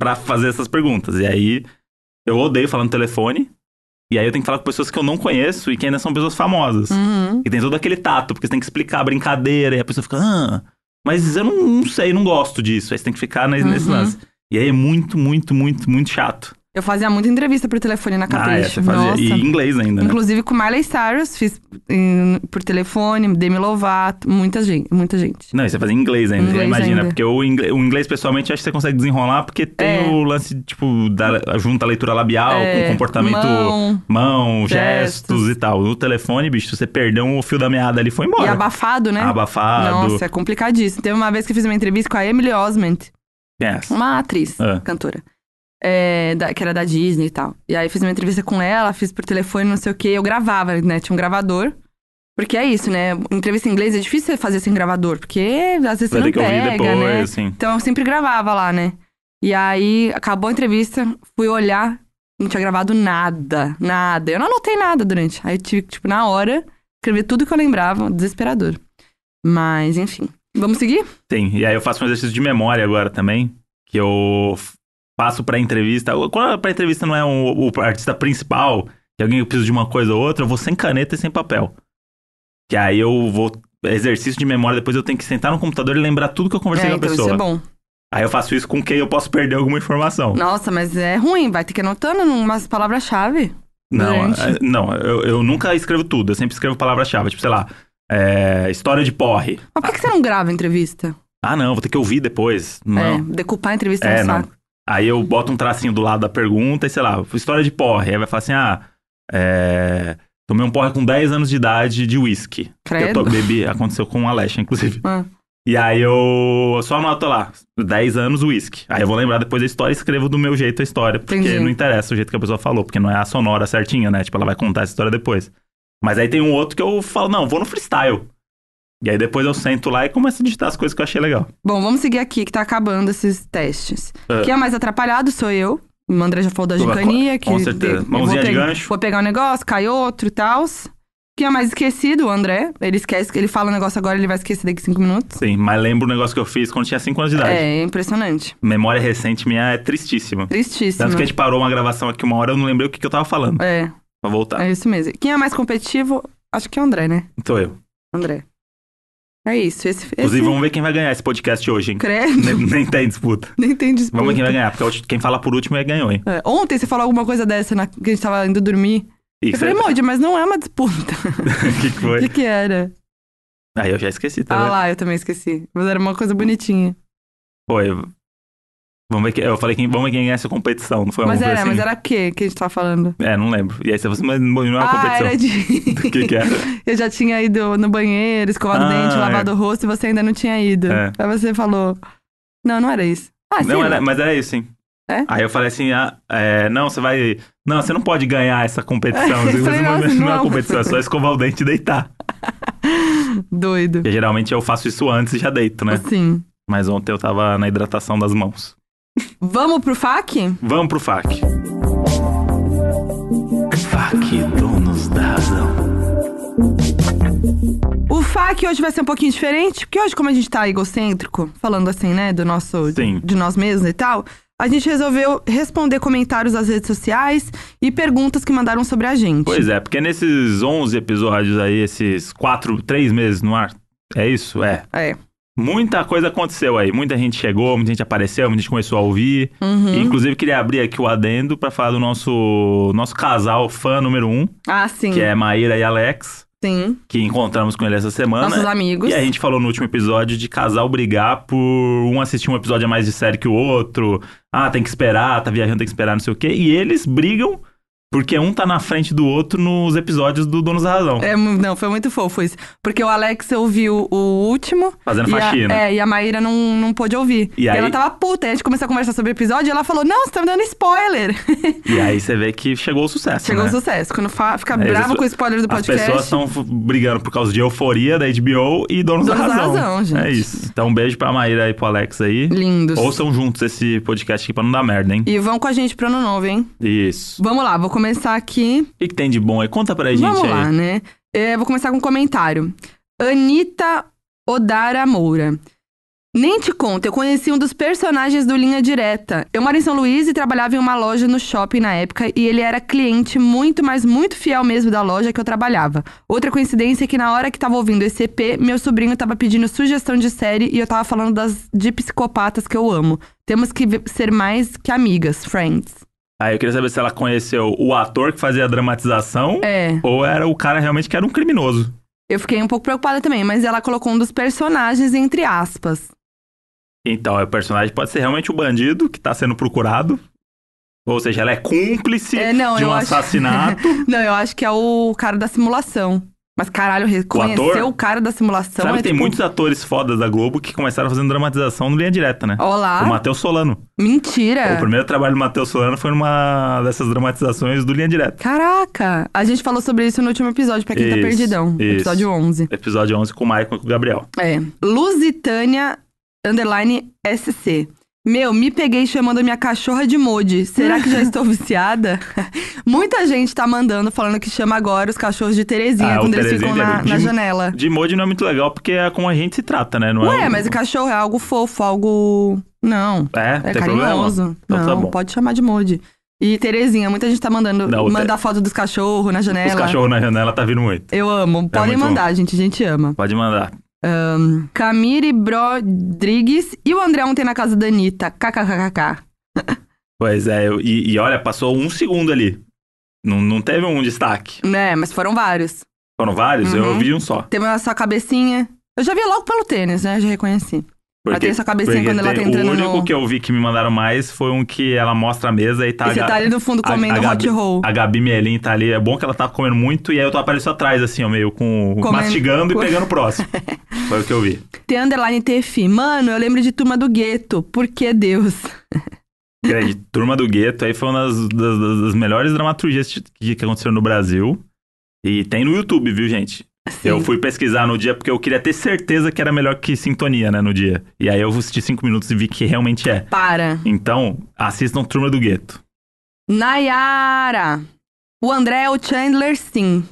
Speaker 1: pra fazer essas perguntas. E aí, eu odeio falar no telefone. E aí eu tenho que falar com pessoas que eu não conheço e que ainda são pessoas famosas.
Speaker 2: Uhum.
Speaker 1: E tem todo aquele tato, porque você tem que explicar a brincadeira, e a pessoa fica, ah, mas eu não, não sei, não gosto disso. Aí você tem que ficar nesse, nesse
Speaker 2: Uhum.
Speaker 1: lance. E aí é muito, muito, muito, muito chato.
Speaker 2: Eu fazia muita entrevista por telefone
Speaker 1: Ah,
Speaker 2: na
Speaker 1: é,
Speaker 2: Capricho.
Speaker 1: você fazia. E
Speaker 2: Tá
Speaker 1: em
Speaker 2: Nossa.
Speaker 1: inglês ainda, né?
Speaker 2: Inclusive com Miley Cyrus, fiz em- por telefone, Demi Lovato, muita gente, muita gente.
Speaker 1: Não, e você fazia em inglês ainda,
Speaker 2: Inglês
Speaker 1: imagina.
Speaker 2: ainda.
Speaker 1: Porque o inglês, o inglês, pessoalmente, acho que você consegue desenrolar, porque tem
Speaker 2: É.
Speaker 1: o lance, tipo, da, junta a leitura labial
Speaker 2: É,
Speaker 1: com Ah, comportamento...
Speaker 2: mão,
Speaker 1: mão, gestos,
Speaker 2: Gestos.
Speaker 1: e tal. No telefone, bicho, você perdeu o fio da meada ali, foi
Speaker 2: e
Speaker 1: embora.
Speaker 2: abafado, né?
Speaker 1: Abafado.
Speaker 2: Nossa, é complicadíssimo. Teve uma vez que eu fiz uma entrevista com a Emily Osment,
Speaker 1: Yes.
Speaker 2: uma atriz,
Speaker 1: Ah.
Speaker 2: cantora. é, da- que era da Disney e tal. E aí fiz uma entrevista com ela, fiz por telefone, não sei o que, eu gravava, né? Tinha um gravador. Porque é isso, né? Entrevista em inglês é difícil você fazer sem gravador, porque às
Speaker 1: Vai
Speaker 2: vezes você
Speaker 1: ter
Speaker 2: não
Speaker 1: que
Speaker 2: pega,
Speaker 1: ouvir depois,
Speaker 2: né?
Speaker 1: assim.
Speaker 2: Então eu sempre gravava lá, né? E aí acabou a entrevista, fui olhar, não tinha gravado nada, nada. Eu não anotei nada durante. Aí eu tive que, tipo, na hora, escrever tudo que eu lembrava, desesperador. Mas, enfim. Vamos seguir?
Speaker 1: Tem. E aí eu faço um exercício de memória agora também, que eu f- faço pra entrevista. Quando a pré-entrevista não é um- o artista principal, e alguém precisa de uma coisa ou outra, eu vou sem caneta e sem papel. Que aí eu vou... Exercício de memória, depois eu tenho que sentar no computador e lembrar tudo que eu conversei
Speaker 2: é,
Speaker 1: com a
Speaker 2: então
Speaker 1: pessoa.
Speaker 2: isso é bom.
Speaker 1: Aí eu faço isso com quem eu posso perder alguma informação.
Speaker 2: Nossa, mas é ruim, vai ter que ir anotando umas palavras-chave.
Speaker 1: Não,
Speaker 2: Durante.
Speaker 1: eh, não eu, eu nunca escrevo tudo, eu sempre escrevo palavra-chave, tipo, sei lá, eh, história de porre.
Speaker 2: Mas por que, que você não grava a entrevista?
Speaker 1: Ah, não, vou ter que ouvir depois. Não.
Speaker 2: É, decupar a entrevista é
Speaker 1: É,
Speaker 2: um
Speaker 1: não.
Speaker 2: saco.
Speaker 1: Aí eu boto um tracinho do lado da pergunta e sei lá, história de porre. Aí vai falar assim: ah, eh, tomei um porre com 10 anos de idade de uísque. Eu
Speaker 2: Credo.
Speaker 1: to- bebi, aconteceu com a Alexa, inclusive.
Speaker 2: Ah,
Speaker 1: E aí eu, eu só anoto lá, 10 anos uísque. Aí eu vou lembrar depois da história e escrevo do meu jeito a história, porque
Speaker 2: Entendi.
Speaker 1: não interessa o jeito que a pessoa falou, porque não é a sonora certinha, né? Tipo, ela vai contar essa história depois. Mas aí tem um outro que eu falo, não, vou no freestyle. E aí depois eu sento lá e começo a digitar as coisas que eu achei legal.
Speaker 2: Bom, vamos seguir aqui, que tá acabando esses testes.
Speaker 1: É.
Speaker 2: Quem é mais atrapalhado sou eu. O André já falou da
Speaker 1: Com-
Speaker 2: gincania.
Speaker 1: com
Speaker 2: que
Speaker 1: certeza.
Speaker 2: eu
Speaker 1: Mãozinha
Speaker 2: vou
Speaker 1: de
Speaker 2: pe-
Speaker 1: gancho.
Speaker 2: Vou pegar um negócio, cai outro e tal. Quem é mais esquecido? O André. Ele esquece, ele fala um negócio agora, ele vai esquecer daqui cinco minutos.
Speaker 1: Sim, mas lembro o negócio que eu fiz quando tinha 5 anos de idade.
Speaker 2: É, impressionante.
Speaker 1: Memória recente minha é tristíssima.
Speaker 2: Tristíssimo.
Speaker 1: Tanto que a gente parou uma gravação aqui uma hora, eu não lembrei o que, que eu tava falando.
Speaker 2: É,
Speaker 1: Pra voltar.
Speaker 2: é isso mesmo. Quem é mais competitivo? Acho que é o André, né?
Speaker 1: Então eu.
Speaker 2: André. É isso. Esse, esse...
Speaker 1: Inclusive, vamos ver quem vai ganhar esse podcast hoje, hein?
Speaker 2: Credo,
Speaker 1: nem, nem tem disputa.
Speaker 2: nem tem disputa.
Speaker 1: Vamos ver quem vai ganhar, porque a ulti- quem fala por último é ganhou, hein?
Speaker 2: É, Ontem você falou alguma coisa dessa na... que a gente tava indo dormir.
Speaker 1: E
Speaker 2: Eu falei, Moody, mas não é uma disputa.
Speaker 1: o que que
Speaker 2: O
Speaker 1: foi?
Speaker 2: que que era?
Speaker 1: Aí eu já esqueci, tá
Speaker 2: Ah
Speaker 1: vendo?
Speaker 2: lá, eu também esqueci. Mas era uma coisa bonitinha.
Speaker 1: Foi. Vamos ver quem. Eu falei quem. Vamos ver quem ganha essa competição, não foi
Speaker 2: mas
Speaker 1: alguma
Speaker 2: era, mas
Speaker 1: coisa
Speaker 2: era o quê que a gente tava falando?
Speaker 1: assim? É, não lembro. E aí você falou assim, mas não é uma
Speaker 2: ah,
Speaker 1: competição.
Speaker 2: era de.
Speaker 1: O que é? que era?
Speaker 2: eu já tinha ido no banheiro, escovado o
Speaker 1: Ah,
Speaker 2: dente,
Speaker 1: é.
Speaker 2: lavado o rosto e você ainda não tinha ido.
Speaker 1: É.
Speaker 2: Aí você falou. Não, não era isso. Ah, sim.
Speaker 1: Não, era, mas era isso, hein?
Speaker 2: É?
Speaker 1: Aí eu falei assim, ah, é, não, você vai. Não, você não pode ganhar essa competição.
Speaker 2: Eu
Speaker 1: Você
Speaker 2: falei,
Speaker 1: não, não
Speaker 2: nossa,
Speaker 1: é
Speaker 2: não.
Speaker 1: uma competição, é só escovar o dente e deitar.
Speaker 2: Doido. Assim.
Speaker 1: Porque geralmente eu faço isso antes e já deito, né?
Speaker 2: Sim.
Speaker 1: Mas ontem eu tava na hidratação das mãos.
Speaker 2: Vamos pro FAC?
Speaker 1: Vamos pro FAC. FAC, donos da razão.
Speaker 2: O FAC hoje vai ser um pouquinho diferente, porque hoje, como a gente tá egocêntrico, falando assim, né, do nosso.
Speaker 1: Sim.
Speaker 2: de nós mesmos e tal, a gente resolveu responder comentários das redes sociais e perguntas que mandaram sobre a gente.
Speaker 1: Pois é, porque nesses 11 episódios aí, esses 4, 3 meses no ar, é isso? É.
Speaker 2: É.
Speaker 1: Muita coisa aconteceu aí. Muita gente chegou, muita gente apareceu, muita gente começou a ouvir.
Speaker 2: Uhum.
Speaker 1: E, Inclusive, queria abrir aqui o adendo pra falar do nosso, nosso casal fã número um,
Speaker 2: Ah, sim.
Speaker 1: que é Maíra e Alex,
Speaker 2: Sim.
Speaker 1: que encontramos com ele essa semana.
Speaker 2: Nossos amigos.
Speaker 1: E a gente falou no último episódio de casal brigar por um assistir um episódio a mais de série que o outro. Ah, tem que esperar, tá viajando, tem que esperar, não sei o quê. E eles brigam porque um tá na frente do outro nos episódios do Donos da Razão,
Speaker 2: É, mu- não, foi muito fofo isso. Porque o Alex ouviu o último.
Speaker 1: fazendo
Speaker 2: E a,
Speaker 1: faxina.
Speaker 2: é, e a Maíra não, não pôde ouvir.
Speaker 1: E aí-
Speaker 2: ela tava puta. E a gente começou a conversar sobre o episódio e ela falou: Não, você tá me dando spoiler.
Speaker 1: E aí você vê que chegou o sucesso.
Speaker 2: Chegou
Speaker 1: né?
Speaker 2: o sucesso. Quando fa- fica
Speaker 1: É,
Speaker 2: bravo
Speaker 1: isso-
Speaker 2: com o spoiler
Speaker 1: As
Speaker 2: do podcast.
Speaker 1: pessoas estão f- brigando por causa de euforia da HBO e Donos,
Speaker 2: Donos da
Speaker 1: Razão.
Speaker 2: Razão, gente.
Speaker 1: É isso. Então, um beijo pra Maíra e pro Alex aí.
Speaker 2: Lindos.
Speaker 1: Ouçam juntos esse podcast aqui pra não dar merda, hein?
Speaker 2: E vão com a gente pro ano novo, hein?
Speaker 1: Isso.
Speaker 2: Vamos lá, vou começar aqui.
Speaker 1: O que, que tem de bom aí? Conta pra gente
Speaker 2: Vamos
Speaker 1: aí.
Speaker 2: lá, né? É, vou começar com um comentário. Anitta Odara Moura. Nem te conto, eu conheci um dos personagens do Linha Direta. Eu moro em São Luís e trabalhava em uma loja no shopping na época e ele era cliente muito, mas muito fiel mesmo da loja que eu trabalhava. Outra coincidência é que na hora que tava ouvindo esse EP, meu sobrinho tava pedindo sugestão de série e eu tava falando das de psicopatas que eu amo. Temos que ve- ser mais que amigas, friends.
Speaker 1: Aí eu queria saber se ela conheceu o ator que fazia a dramatização
Speaker 2: É.
Speaker 1: ou era o cara realmente que era um criminoso.
Speaker 2: Eu fiquei um pouco preocupada também, mas ela colocou um dos personagens entre aspas.
Speaker 1: Então, o personagem pode ser realmente o bandido que tá sendo procurado. Ou seja, ela é cúmplice
Speaker 2: É, não,
Speaker 1: de um
Speaker 2: eu acho-
Speaker 1: assassinato.
Speaker 2: Não, eu acho que é o cara da simulação. Mas caralho, reconheceu
Speaker 1: ator?
Speaker 2: o, cara da simulação.
Speaker 1: Sabe
Speaker 2: é
Speaker 1: que tem
Speaker 2: tipo,
Speaker 1: muitos atores fodas da Globo que começaram fazendo dramatização no Linha Direta, né?
Speaker 2: Olá,
Speaker 1: O Matheus Solano. O
Speaker 2: mentira.
Speaker 1: primeiro trabalho do Matheus Solano foi numa dessas dramatizações do Linha Direta.
Speaker 2: Caraca, a gente falou sobre isso no último episódio, pra quem tá
Speaker 1: Isso,
Speaker 2: perdidão.
Speaker 1: isso.
Speaker 2: Episódio 11.
Speaker 1: Episódio 11 com o Maicon e com o Gabriel.
Speaker 2: É. Lusitânia underline SC. Meu, me peguei chamando a minha cachorra de Modi. Será que já estou viciada? Muita gente tá mandando, falando que chama agora os cachorros de Terezinha,
Speaker 1: Ah, o
Speaker 2: quando eles
Speaker 1: Terezinha
Speaker 2: ficam
Speaker 1: é
Speaker 2: na,
Speaker 1: de-
Speaker 2: na janela.
Speaker 1: De mod não é muito legal porque é como a gente se trata, né? Não é
Speaker 2: Ué,
Speaker 1: um-
Speaker 2: mas o cachorro é algo fofo, algo. Não.
Speaker 1: É,
Speaker 2: É
Speaker 1: tem problema.
Speaker 2: carinhoso.
Speaker 1: Então tá
Speaker 2: não,
Speaker 1: bom.
Speaker 2: pode chamar de Modi. E Terezinha, muita gente tá mandando.
Speaker 1: Não, o Te-
Speaker 2: manda foto dos cachorros na
Speaker 1: Os
Speaker 2: janela.
Speaker 1: cachorros na janela tá vindo muito.
Speaker 2: Eu amo. Podem
Speaker 1: muito bom.
Speaker 2: mandar, gente. A gente ama.
Speaker 1: Pode mandar.
Speaker 2: Camille Brodrigues e o André ontem na casa da Anitta. KKKKK.
Speaker 1: Pois é, eu- e, e olha, passou um segundo ali. Não, não teve um destaque.
Speaker 2: Né, mas foram vários.
Speaker 1: Foram vários, eu
Speaker 2: Uhum.
Speaker 1: vi um só.
Speaker 2: Teve a sua cabecinha. Eu já vi logo pelo tênis, né? Já reconheci. Ela tem a sua cabecinha
Speaker 1: porque
Speaker 2: quando ela tá
Speaker 1: tem-
Speaker 2: entrando
Speaker 1: O único
Speaker 2: no.
Speaker 1: que eu vi que me mandaram mais foi um que ela mostra a mesa e tá.
Speaker 2: E você
Speaker 1: a,
Speaker 2: tá ali no fundo
Speaker 1: a-
Speaker 2: comendo
Speaker 1: a
Speaker 2: hot
Speaker 1: Gabi-
Speaker 2: roll.
Speaker 1: a Gabi Mielin tá ali. É bom que ela tá comendo muito e aí eu tô aparecendo atrás, assim, ó, meio com.
Speaker 2: Comendo.
Speaker 1: mastigando e pegando o próximo. foi o que eu vi.
Speaker 2: Tem underline TF. Mano, eu lembro de turma do gueto. Por que Deus?
Speaker 1: Grande, Turma do Gueto aí foi uma das, das- das- das melhores dramaturgias que, que aconteceu no Brasil. E tem no YouTube, viu, gente? Eu
Speaker 2: Sim.
Speaker 1: fui pesquisar no dia porque eu queria ter certeza que era melhor que Sintonia, né, no dia. E aí eu assisti cinco minutos e vi que realmente é.
Speaker 2: Para.
Speaker 1: Então, assistam Turma do Gueto.
Speaker 2: Nayara. O André é o Chandler, sim.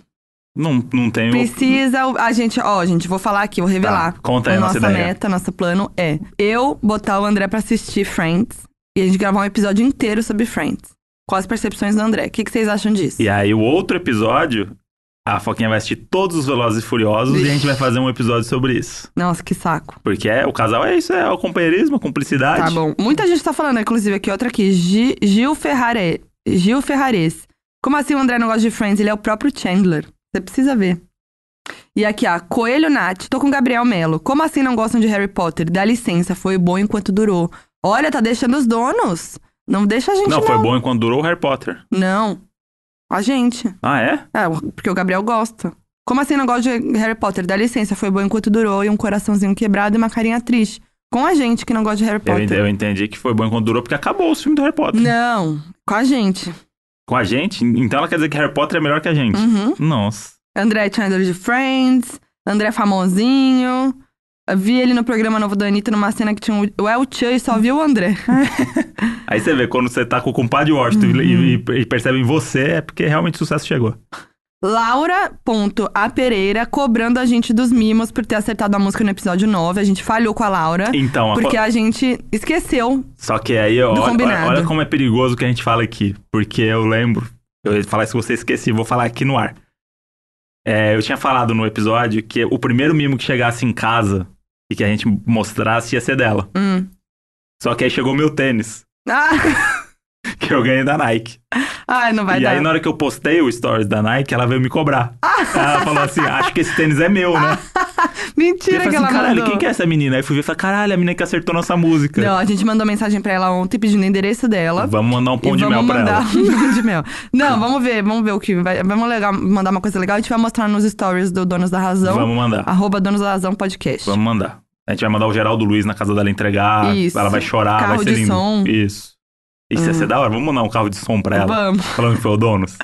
Speaker 1: Não, não tenho...
Speaker 2: Precisa. A gente, ó, gente, vou falar aqui, vou revelar.
Speaker 1: Tá, conta aí
Speaker 2: a
Speaker 1: a
Speaker 2: nossa
Speaker 1: nossa ideia.
Speaker 2: meta, nosso plano é eu botar o André pra assistir Friends e a gente gravar um episódio inteiro sobre Friends. Com as percepções do André. O que, que vocês acham disso?
Speaker 1: E aí o outro episódio, a Foquinha vai assistir todos os Velozes e Furiosos e a gente vai fazer um episódio sobre isso.
Speaker 2: Nossa, que saco.
Speaker 1: Porque é, o casal é isso, é o companheirismo, a cumplicidade.
Speaker 2: Tá bom. Muita gente tá falando, inclusive, aqui, outra aqui. Gi- Gil Ferrare. Gil Ferrares. Como assim o André não gosta de Friends? Ele é o próprio Chandler. Você precisa ver. E aqui, ó, Coelho Nath, tô com Gabriel Melo. Como assim não gostam de Harry Potter? Dá licença, foi bom enquanto durou. Olha, tá deixando os donos. Não deixa a gente,
Speaker 1: Não,
Speaker 2: não.
Speaker 1: foi bom enquanto durou o Harry Potter.
Speaker 2: Não. A gente.
Speaker 1: Ah, é?
Speaker 2: É, o- porque o Gabriel gosta. Como assim não gosta de Harry Potter? Dá licença, foi bom enquanto durou, e um coraçãozinho quebrado e uma carinha triste. Com a gente que não gosta de Harry
Speaker 1: Eu, ent-
Speaker 2: Potter.
Speaker 1: eu entendi que foi bom enquanto durou porque acabou o filme do Harry Potter.
Speaker 2: Não, com a gente.
Speaker 1: Com a gente? Então ela quer dizer que Harry Potter é melhor que a gente.
Speaker 2: Uhum.
Speaker 1: Nossa.
Speaker 2: André Chandler de Friends, André é Famosinho. Eu Vi ele no programa novo da Anitta numa cena que tinha o El Chan e só viu o André.
Speaker 1: Aí você vê, quando você tá com o compadre Washington e,
Speaker 2: Uhum.
Speaker 1: e- e percebe em você, é porque realmente o sucesso chegou.
Speaker 2: Laura.a Pereira cobrando a gente dos mimos por ter acertado a música no episódio 9. A gente falhou com a Laura.
Speaker 1: Então, a
Speaker 2: Porque
Speaker 1: fo-
Speaker 2: a gente esqueceu
Speaker 1: só que aí, ó,
Speaker 2: Do
Speaker 1: olha,
Speaker 2: combinado.
Speaker 1: olha como é perigoso o que a gente fala aqui. Porque eu lembro, eu ia falar isso que você esqueci, vou falar aqui no ar. É, eu tinha falado no episódio que o primeiro mimo que chegasse em casa e que a gente mostrasse ia ser dela.
Speaker 2: Hum.
Speaker 1: Só que aí chegou meu tênis,
Speaker 2: Ah,
Speaker 1: que eu ganhei da Nike.
Speaker 2: ai, não vai
Speaker 1: e
Speaker 2: dar. Ah.
Speaker 1: aí, na hora que eu postei o stories da Nike, ela veio me cobrar. ela falou assim: acho que esse tênis é meu, né? E eu falei
Speaker 2: Mentira Ah, que
Speaker 1: assim:
Speaker 2: ela
Speaker 1: caralho,
Speaker 2: mandou.
Speaker 1: quem que é essa menina? Aí eu fui ver e falei: caralho, a menina que acertou nossa música.
Speaker 2: Não, a gente mandou mensagem pra ela ontem pedindo o endereço dela.
Speaker 1: Vamos mandar um pão
Speaker 2: e
Speaker 1: de mel
Speaker 2: vamos
Speaker 1: pra
Speaker 2: mandar
Speaker 1: ela.
Speaker 2: um pão de mel. Não, vamos ver, vamos ver o que vai. Vamos legal, mandar uma coisa legal. A gente vai mostrar nos stories do Donos da Razão.
Speaker 1: Vamos mandar.
Speaker 2: Arroba Donos da Razão Podcast.
Speaker 1: Vamos mandar. A gente vai mandar o Geraldo Luiz na casa dela entregar.
Speaker 2: Isso.
Speaker 1: Ela vai chorar,
Speaker 2: Carro
Speaker 1: vai ser
Speaker 2: de
Speaker 1: lindo.
Speaker 2: som. Hum.
Speaker 1: Isso. Isso ia ser da hora. Vamos mandar um carro de som pra ela.
Speaker 2: Vamos.
Speaker 1: Falando que foi o Donos.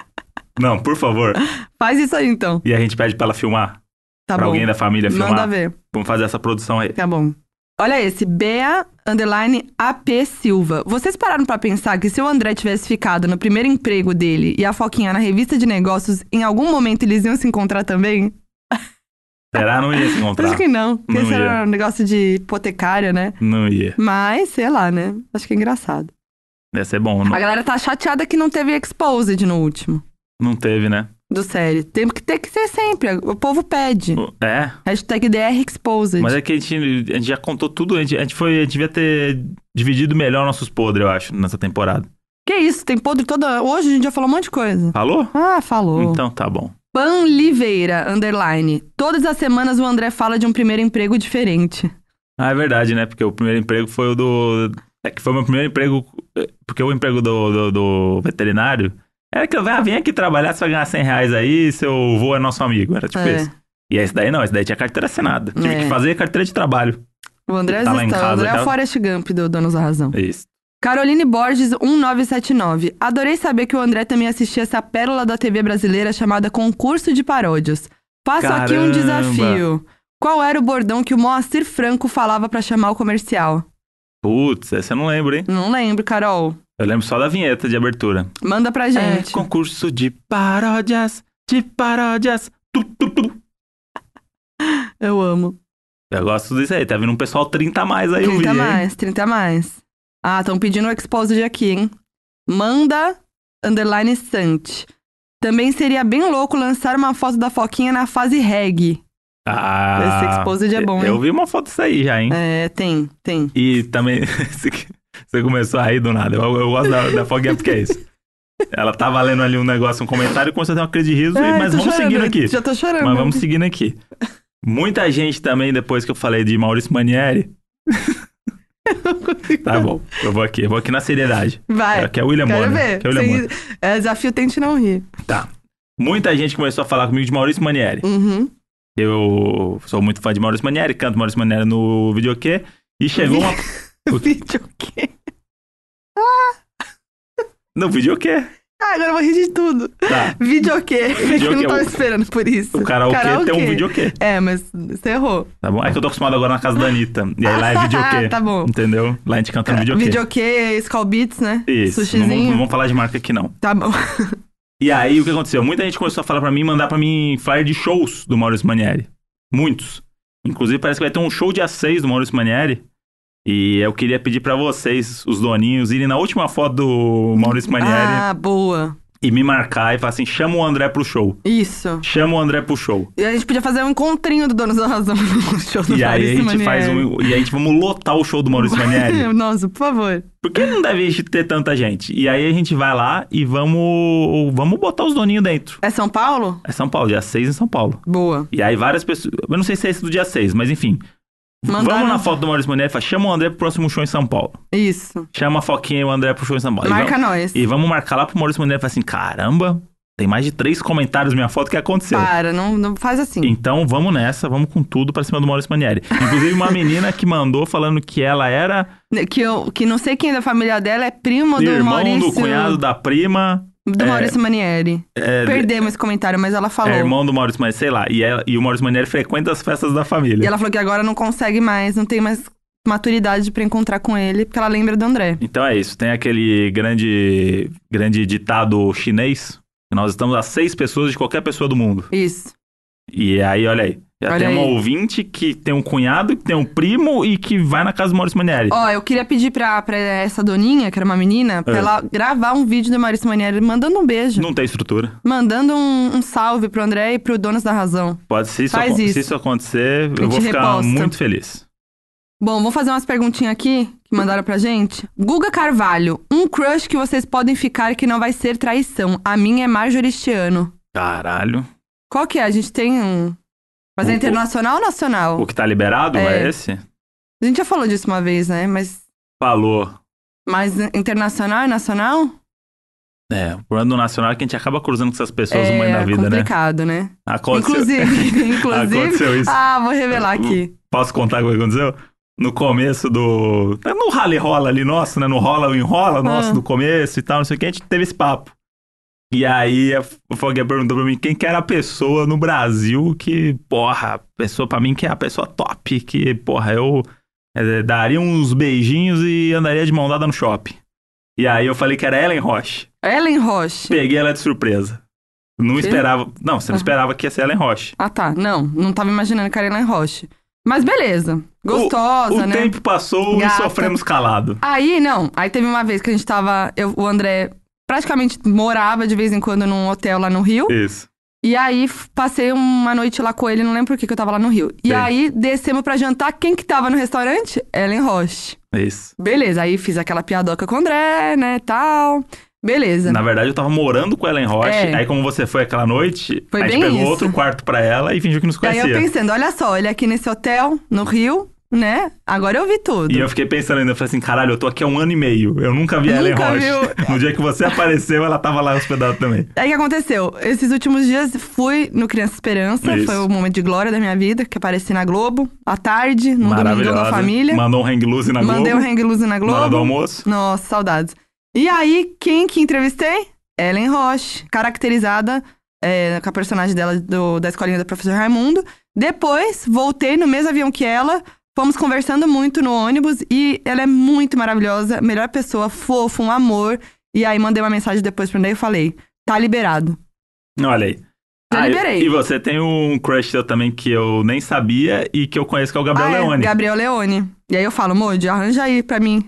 Speaker 1: Não, por favor.
Speaker 2: Faz isso aí então.
Speaker 1: E a gente pede pra ela filmar.
Speaker 2: Tá
Speaker 1: pra
Speaker 2: bom.
Speaker 1: alguém da família filmar.
Speaker 2: Manda ver.
Speaker 1: Vamos fazer essa produção aí.
Speaker 2: Tá bom. Olha esse, Bea Underline AP Silva. Vocês pararam pra pensar que se o André tivesse ficado no primeiro emprego dele e a Foquinha na revista de negócios, em algum momento eles iam se encontrar também?
Speaker 1: Será? Não ia se encontrar.
Speaker 2: Acho que não. Porque
Speaker 1: Não
Speaker 2: isso
Speaker 1: ia.
Speaker 2: era um negócio de hipotecário, né?
Speaker 1: Não ia.
Speaker 2: Mas, sei lá, né? Acho que é engraçado.
Speaker 1: Ia ser bom. Não,
Speaker 2: A galera tá chateada que não teve Exposed no último.
Speaker 1: não teve, né?
Speaker 2: Do série. Tem que ter que ser sempre. O povo pede.
Speaker 1: É,
Speaker 2: Hashtag DR Exposed.
Speaker 1: Mas é que a gente, a gente já contou tudo, a gente, a gente foi, a gente devia ter dividido melhor nossos podres, eu acho, nessa temporada.
Speaker 2: Que isso, tem podre toda. Hoje a gente já falou um monte de coisa.
Speaker 1: Falou?
Speaker 2: Ah, falou.
Speaker 1: Então tá bom.
Speaker 2: Panliveira, underline. Todas as semanas o André fala de um primeiro emprego diferente.
Speaker 1: Ah, é verdade, né? Porque o primeiro emprego foi o do. É que foi o meu primeiro emprego. é, Porque o emprego do, do, do veterinário era que eu ah, vim aqui trabalhar, você vai ganhar 100 reais aí, seu voo é nosso amigo. Era tipo
Speaker 2: É.
Speaker 1: isso. E esse daí não, esse daí tinha carteira assinada. Tive
Speaker 2: É.
Speaker 1: que fazer carteira de trabalho.
Speaker 2: O André
Speaker 1: Tá lá em
Speaker 2: Zistão, o
Speaker 1: casa,
Speaker 2: André é
Speaker 1: tá?
Speaker 2: o Forrest Gump do Donos da Razão.
Speaker 1: Isso.
Speaker 2: Caroline Borges, 1979. Adorei saber que o André também assistia essa pérola da TV brasileira chamada Concurso de Paródias. Faço aqui
Speaker 1: Caramba!
Speaker 2: um desafio. Qual era o bordão que o Moacir Franco falava pra chamar o comercial?
Speaker 1: Putz, essa eu não lembro, hein?
Speaker 2: Não lembro, Carol.
Speaker 1: Eu lembro só da vinheta de abertura.
Speaker 2: Manda pra
Speaker 1: É,
Speaker 2: gente.
Speaker 1: concurso de paródias, de paródias. Tu, tu, tu.
Speaker 2: Eu amo.
Speaker 1: Eu gosto disso aí, tá vindo um pessoal 30 a mais aí, eu vi,
Speaker 2: 30 a
Speaker 1: hein?
Speaker 2: mais, 30 a mais. Ah, estão pedindo o exposed aqui, hein? Manda underline Sant. Também seria bem louco lançar uma foto da Foquinha na fase reggae.
Speaker 1: Ah,
Speaker 2: Esse exposed é bom, hein?
Speaker 1: Eu vi uma foto disso aí já, hein?
Speaker 2: É, tem, tem.
Speaker 1: E também, esse aqui- você começou a rir do nada. Eu, eu gosto da, da Foguinha porque é isso. Ela tava lendo ali um negócio, um comentário, começou a ter uma crise de riso, e-
Speaker 2: Ai,
Speaker 1: mas
Speaker 2: É, tô
Speaker 1: vamos
Speaker 2: chorando,
Speaker 1: seguindo aqui.
Speaker 2: Já tô chorando.
Speaker 1: Mas vamos seguindo aqui. Muita gente também, depois que eu falei de Maurício Manieri, tá bom, eu vou aqui, eu vou aqui na seriedade.
Speaker 2: Vai.
Speaker 1: Que é o William
Speaker 2: Quero
Speaker 1: Bonner.
Speaker 2: ver.
Speaker 1: Que é o William Bonner.
Speaker 2: Sem- é, desafio tente não rir.
Speaker 1: Tá. Muita gente começou a falar comigo de Maurício Manieri.
Speaker 2: Uhum.
Speaker 1: Eu sou muito fã de Maurício Manieri, canto Maurício Manieri no videokê. E chegou uma.
Speaker 2: Vídeo quê?
Speaker 1: No videokê.
Speaker 2: Ah, agora eu vou rir de tudo.
Speaker 1: Tá.
Speaker 2: Vídeo quê?
Speaker 1: Videokê,
Speaker 2: Eu não tava
Speaker 1: o-
Speaker 2: esperando por isso.
Speaker 1: O karaokê,
Speaker 2: Karaokê.
Speaker 1: tem um videokê.
Speaker 2: É, mas você errou.
Speaker 1: Tá bom? É que eu tô acostumado agora na casa da Anitta. E aí lá é videokê.
Speaker 2: tá bom.
Speaker 1: Entendeu? Lá a gente canta no videokê.
Speaker 2: Videokê, Skull Beats, né?
Speaker 1: Isso. Não vamos,
Speaker 2: Sushizinho.
Speaker 1: não vamos falar de marca aqui, não.
Speaker 2: Tá bom.
Speaker 1: E aí, o que aconteceu? Muita gente começou a falar pra mim, mandar pra mim flyer de shows do Maurício Manieri. Muitos. Inclusive, parece que vai ter um show dia 6 do Maurício Manieri. E eu queria pedir pra vocês, os doninhos, irem na última foto do Maurício Manieri
Speaker 2: Ah, boa.
Speaker 1: e me marcar e falar assim: chama o André pro show.
Speaker 2: Isso.
Speaker 1: Chama o André pro show.
Speaker 2: E a gente podia fazer um encontrinho do Donos da Razão no show do
Speaker 1: E aí a
Speaker 2: Maurício
Speaker 1: gente faz
Speaker 2: Manieri.
Speaker 1: um. E aí a gente vamos lotar o show do Maurício Manieri.
Speaker 2: Nossa, por favor.
Speaker 1: Por que não deve ter tanta gente? E aí a gente vai lá e vamos, vamos botar os doninhos dentro.
Speaker 2: É São Paulo?
Speaker 1: É São Paulo, dia 6 em São Paulo.
Speaker 2: Boa.
Speaker 1: E aí várias pessoas. Eu não sei se é esse do dia 6, mas enfim.
Speaker 2: Mandaram- um-
Speaker 1: Vamos na foto do Maurício Manieri e fala: chama o André pro próximo show em São Paulo.
Speaker 2: Isso.
Speaker 1: Chama a Foquinha e o André pro show em São Paulo. e
Speaker 2: Marca
Speaker 1: vamos,
Speaker 2: nós.
Speaker 1: e vamos marcar lá pro Maurício Manieri e falar assim: caramba, tem mais de três comentários na minha foto, o que aconteceu?
Speaker 2: Para, não, não faz assim.
Speaker 1: Então vamos nessa, vamos com tudo pra cima do Maurício Manieri. Inclusive, uma menina que mandou falando que ela era
Speaker 2: Né, Que, eu, que não sei quem da família dela é primo do
Speaker 1: irmão
Speaker 2: Maurício.
Speaker 1: do cunhado da prima.
Speaker 2: do
Speaker 1: é,
Speaker 2: Maurício Manieri.
Speaker 1: É,
Speaker 2: Perdemos esse comentário, mas ela falou.
Speaker 1: É irmão do Maurício Manieri, sei lá. E, ela- e o Maurício Manieri frequenta as festas da
Speaker 2: E
Speaker 1: família.
Speaker 2: ela falou que agora não consegue mais, não tem mais maturidade pra encontrar com ele, porque ela lembra do André.
Speaker 1: Então é isso. Tem aquele grande, grande ditado chinês. que Nós estamos a seis pessoas de qualquer pessoa do mundo.
Speaker 2: Isso.
Speaker 1: E aí, olha aí. Já
Speaker 2: Olha
Speaker 1: tem uma
Speaker 2: aí.
Speaker 1: ouvinte que tem um cunhado, que tem um primo e que vai na casa do Maurício Manieri.
Speaker 2: Ó, eu queria pedir pra, pra essa doninha, que era uma menina, pra
Speaker 1: É.
Speaker 2: ela gravar um vídeo do Maurício Manieri mandando um beijo.
Speaker 1: Não tem estrutura.
Speaker 2: Mandando um, um salve pro André e pro Donos da Razão.
Speaker 1: Pode, se isso,
Speaker 2: Faz
Speaker 1: acon-
Speaker 2: isso.
Speaker 1: Se isso acontecer, eu
Speaker 2: gente
Speaker 1: vou ficar
Speaker 2: reposta.
Speaker 1: muito feliz.
Speaker 2: Bom, vou fazer umas perguntinhas aqui que mandaram pra gente. Guga Carvalho, um crush que vocês podem ficar que não vai ser traição. A minha é Marjoristiano.
Speaker 1: Caralho.
Speaker 2: Qual que é? A gente tem um. Mas
Speaker 1: O-
Speaker 2: é
Speaker 1: o-
Speaker 2: internacional ou nacional?
Speaker 1: O que tá liberado
Speaker 2: É.
Speaker 1: é esse?
Speaker 2: A gente já falou disso uma vez, né? Mas,
Speaker 1: Falou.
Speaker 2: mas internacional e nacional?
Speaker 1: É, o problema do nacional é que a gente acaba cruzando com essas pessoas no meio da vida, né?
Speaker 2: É, complicado, né?
Speaker 1: Aconteceu.
Speaker 2: Inclusive, inclusive.
Speaker 1: Aconteceu isso.
Speaker 2: Ah, vou revelar aqui.
Speaker 1: Posso contar o que aconteceu? No começo do. né, No rally rola ali nosso, né? No rola ou enrola nosso
Speaker 2: Ah.
Speaker 1: do começo e tal, não sei o que, a gente teve esse papo. E aí a F- o Fogueira perguntou pra mim quem que era a pessoa no Brasil que, porra, a pessoa pra mim que é a pessoa top, que, porra, eu eh, daria uns beijinhos e andaria de mão dada no shopping. E aí eu falei que era Ellen Roche.
Speaker 2: Ellen Roche.
Speaker 1: Peguei ela de surpresa. Não
Speaker 2: Quê?
Speaker 1: esperava. Não, você não
Speaker 2: Aham.
Speaker 1: esperava que ia ser Ellen Roche.
Speaker 2: Ah, tá. Não, não tava imaginando que era Ellen Roche. Mas beleza. Gostosa,
Speaker 1: o
Speaker 2: né?
Speaker 1: tempo passou
Speaker 2: Gata.
Speaker 1: e sofremos calado.
Speaker 2: Aí, não. Aí teve uma vez que a gente tava. eu- o André praticamente morava de vez em quando num hotel lá no Rio.
Speaker 1: Isso.
Speaker 2: E aí f- passei uma noite lá com ele, não lembro por que que eu tava lá no Rio. E
Speaker 1: Sim.
Speaker 2: aí descemos pra jantar, quem que tava no restaurante? Ellen Roche.
Speaker 1: É Isso.
Speaker 2: Beleza, aí fiz aquela piadoca com o André, né, tal. Beleza.
Speaker 1: Na verdade, eu tava morando com a Ellen Roche.
Speaker 2: É.
Speaker 1: Aí, como você foi aquela noite,
Speaker 2: Foi
Speaker 1: a gente
Speaker 2: bem
Speaker 1: pegou
Speaker 2: isso.
Speaker 1: outro quarto pra ela e fingiu que nos
Speaker 2: Daí
Speaker 1: conhecia.
Speaker 2: eu pensando, olha só, ele aqui nesse hotel, no Rio, né? Agora eu vi tudo.
Speaker 1: E eu fiquei pensando ainda, eu falei assim, caralho, eu tô aqui há um ano e meio. Eu nunca vi a Ellen
Speaker 2: Nunca
Speaker 1: Roche. No dia que você apareceu, ela tava lá hospedada também.
Speaker 2: Aí o que aconteceu? Esses últimos dias fui no Criança Esperança,
Speaker 1: Isso.
Speaker 2: foi o momento de glória da minha vida, que apareci na Globo, à tarde, num domingão da família.
Speaker 1: Mandou um hang loose na
Speaker 2: Mandei um
Speaker 1: Globo.
Speaker 2: hang loose na
Speaker 1: Na hora do
Speaker 2: Globo.
Speaker 1: almoço.
Speaker 2: Nossa, saudades. E aí, quem que entrevistei? Ellen Roche, caracterizada é, com a personagem dela do- da escolinha do professor Raimundo. Depois, voltei no mesmo avião que ela, fomos conversando muito no ônibus e ela é muito maravilhosa, melhor pessoa, fofa, um amor. E aí, mandei uma mensagem depois pra André e falei: tá liberado.
Speaker 1: Olha aí.
Speaker 2: Já
Speaker 1: Ah,
Speaker 2: liberei.
Speaker 1: E você tem um crush seu também que eu nem sabia e que eu conheço, que é o Gabriel
Speaker 2: Ah, é,
Speaker 1: Leone.
Speaker 2: Gabriel Leone. E aí eu falo, Moody, arranja aí pra mim.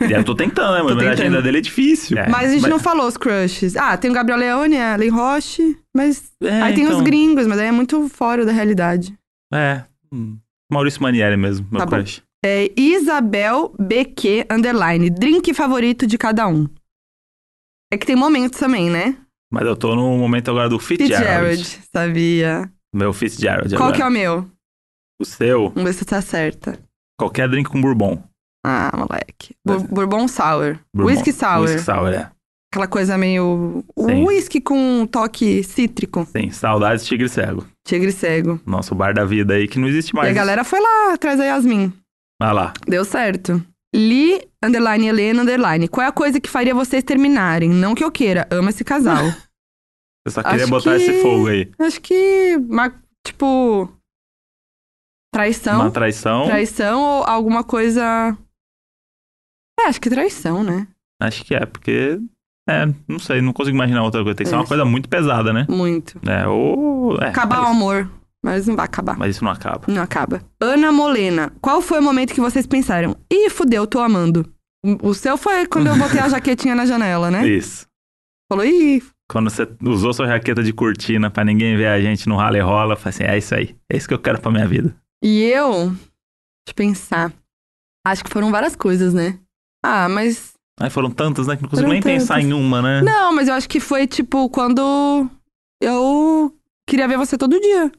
Speaker 1: E eu tô tentando, né? Mas
Speaker 2: Tô
Speaker 1: a
Speaker 2: tentando.
Speaker 1: agenda dele é difícil. É,
Speaker 2: mas a gente não falou os crushes. Ah, tem o Gabriel Leone, a Len Roche, mas
Speaker 1: É,
Speaker 2: aí tem
Speaker 1: então,
Speaker 2: os gringos, mas aí é muito fora da realidade.
Speaker 1: É. Hum. Maurício Manieri mesmo, meu
Speaker 2: Tá bom.
Speaker 1: crush.
Speaker 2: É Isabel BQ Underline, drink favorito de cada um. É que tem momentos também, né?
Speaker 1: Mas eu tô no momento agora do Fitzgerald.
Speaker 2: Fitzgerald, sabia.
Speaker 1: Meu Fitzgerald
Speaker 2: Qual
Speaker 1: agora.
Speaker 2: que é o meu?
Speaker 1: O seu,
Speaker 2: Vamos ver se você acerta.
Speaker 1: qualquer drink com bourbon.
Speaker 2: Ah, moleque. Bou- Bourbon Sour. Whisky Sour.
Speaker 1: é. Whisky sour, é.
Speaker 2: Aquela coisa meio...
Speaker 1: Sim.
Speaker 2: Whisky com um toque cítrico.
Speaker 1: Sim, saudades Tigre Cego.
Speaker 2: Tigre cego.
Speaker 1: Nosso bar da vida aí que não existe mais.
Speaker 2: E a galera foi lá atrás da Yasmin.
Speaker 1: Vai lá.
Speaker 2: Deu certo. Li, underline, Helena, underline. Qual é a coisa que faria vocês terminarem? Não que eu queira, amo esse casal.
Speaker 1: Eu só queria
Speaker 2: Acho
Speaker 1: botar
Speaker 2: que-
Speaker 1: esse fogo aí.
Speaker 2: Acho que, ma- tipo, traição.
Speaker 1: Uma traição.
Speaker 2: Traição ou alguma coisa... É, acho que traição, né?
Speaker 1: Acho que é, porque. É, não sei, não consigo imaginar outra coisa. Tem que ser
Speaker 2: É.
Speaker 1: uma coisa muito pesada, né?
Speaker 2: Muito.
Speaker 1: É, ou. É,
Speaker 2: Acabar o
Speaker 1: mas,
Speaker 2: amor, mas não vai acabar.
Speaker 1: mas isso não acaba.
Speaker 2: Não acaba. Ana Molena, qual foi o momento que vocês pensaram? Ih, fudeu, tô amando. O seu foi quando eu botei a jaquetinha na janela, né?
Speaker 1: Isso.
Speaker 2: Falou, ih,
Speaker 1: Quando você usou sua jaqueta de cortina pra ninguém ver a gente no rala e rola, eu falei assim: é isso aí. É isso que eu quero pra minha vida.
Speaker 2: E eu, deixa eu pensar, acho que foram várias coisas, né? Ah, mas.
Speaker 1: Aí foram tantas, né? Que não consigo
Speaker 2: Foram
Speaker 1: nem pensar
Speaker 2: tantas.
Speaker 1: em uma, né?
Speaker 2: Não, mas eu acho que foi tipo quando eu queria ver você todo dia.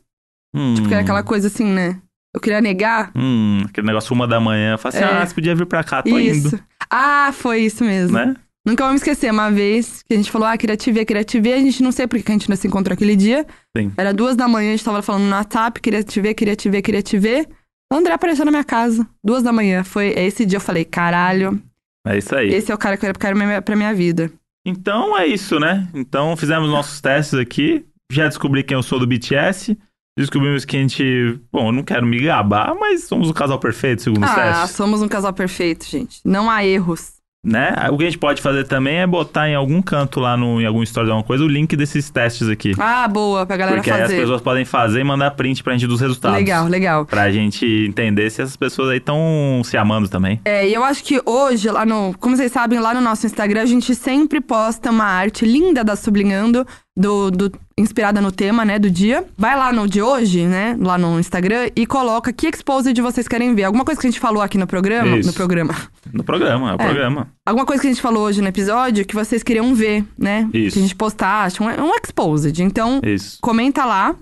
Speaker 1: Hum,
Speaker 2: Tipo, que era aquela coisa assim, né? Eu queria negar.
Speaker 1: Hum, aquele negócio uma da manhã. Eu falei assim:
Speaker 2: É.
Speaker 1: ah, você podia vir pra cá, tô
Speaker 2: isso.
Speaker 1: indo.
Speaker 2: Ah, foi isso mesmo.
Speaker 1: Né?
Speaker 2: Nunca vou me esquecer, uma vez que a gente falou, ah, queria te ver, queria te ver. A gente não sei por que a gente não se encontrou aquele dia.
Speaker 1: Sim.
Speaker 2: Era duas da manhã, a gente tava falando no WhatsApp, queria te ver, queria te ver, queria te ver. O André apareceu na minha casa, duas da manhã. Foi esse dia eu falei, caralho,
Speaker 1: É isso aí.
Speaker 2: Esse é o cara que eu quero minha- pra minha vida.
Speaker 1: Então é isso, né? Então fizemos nossos testes aqui. Já descobri quem eu sou do BTS. Descobrimos que a gente. Bom, eu não quero me gabar, mas somos o casal perfeito, segundo os
Speaker 2: ah,
Speaker 1: testes.
Speaker 2: somos um casal perfeito, gente. Não há erros.
Speaker 1: Né? O que a gente pode fazer também é botar em algum canto lá, no, em algum story de alguma coisa, o link desses testes aqui.
Speaker 2: Ah, boa, pra galera
Speaker 1: Porque aí as
Speaker 2: fazer.
Speaker 1: pessoas podem fazer e mandar print pra gente dos resultados.
Speaker 2: Legal, legal.
Speaker 1: Pra gente entender se essas pessoas aí estão se amando também.
Speaker 2: É, e eu acho que hoje, lá no. Como vocês sabem, lá no nosso Instagram, a gente sempre posta uma arte linda da Sublinhando, do, do- inspirada no tema, né, do dia. Vai lá no de hoje, né? Lá no Instagram, e coloca que exposed vocês querem ver. Alguma coisa que a gente falou aqui no programa.
Speaker 1: Isso.
Speaker 2: No programa.
Speaker 1: No programa, é o programa.
Speaker 2: Alguma coisa que a gente falou hoje no episódio que vocês queriam ver, né?
Speaker 1: Isso.
Speaker 2: Que a gente postasse. Um, um exposed. Então,
Speaker 1: Isso.
Speaker 2: comenta lá.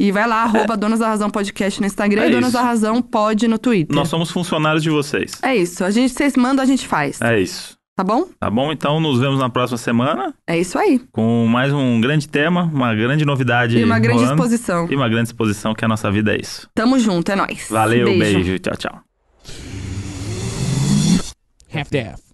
Speaker 2: E vai lá, arroba Donos da Razão Podcast no Instagram
Speaker 1: É
Speaker 2: e Donos
Speaker 1: isso.
Speaker 2: da Razão Pod no Twitter.
Speaker 1: Nós somos funcionários de vocês.
Speaker 2: É isso. A gente, vocês mandam, a gente faz.
Speaker 1: É isso.
Speaker 2: Tá bom?
Speaker 1: Tá bom? Então nos vemos na próxima semana.
Speaker 2: É isso aí.
Speaker 1: com mais um grande tema, uma grande novidade.
Speaker 2: E uma grande
Speaker 1: rolando,
Speaker 2: exposição.
Speaker 1: E uma grande exposição, que a nossa vida é isso.
Speaker 2: Tamo junto, é nóis.
Speaker 1: Valeu, beijo tchau, tchau.
Speaker 3: half-daff.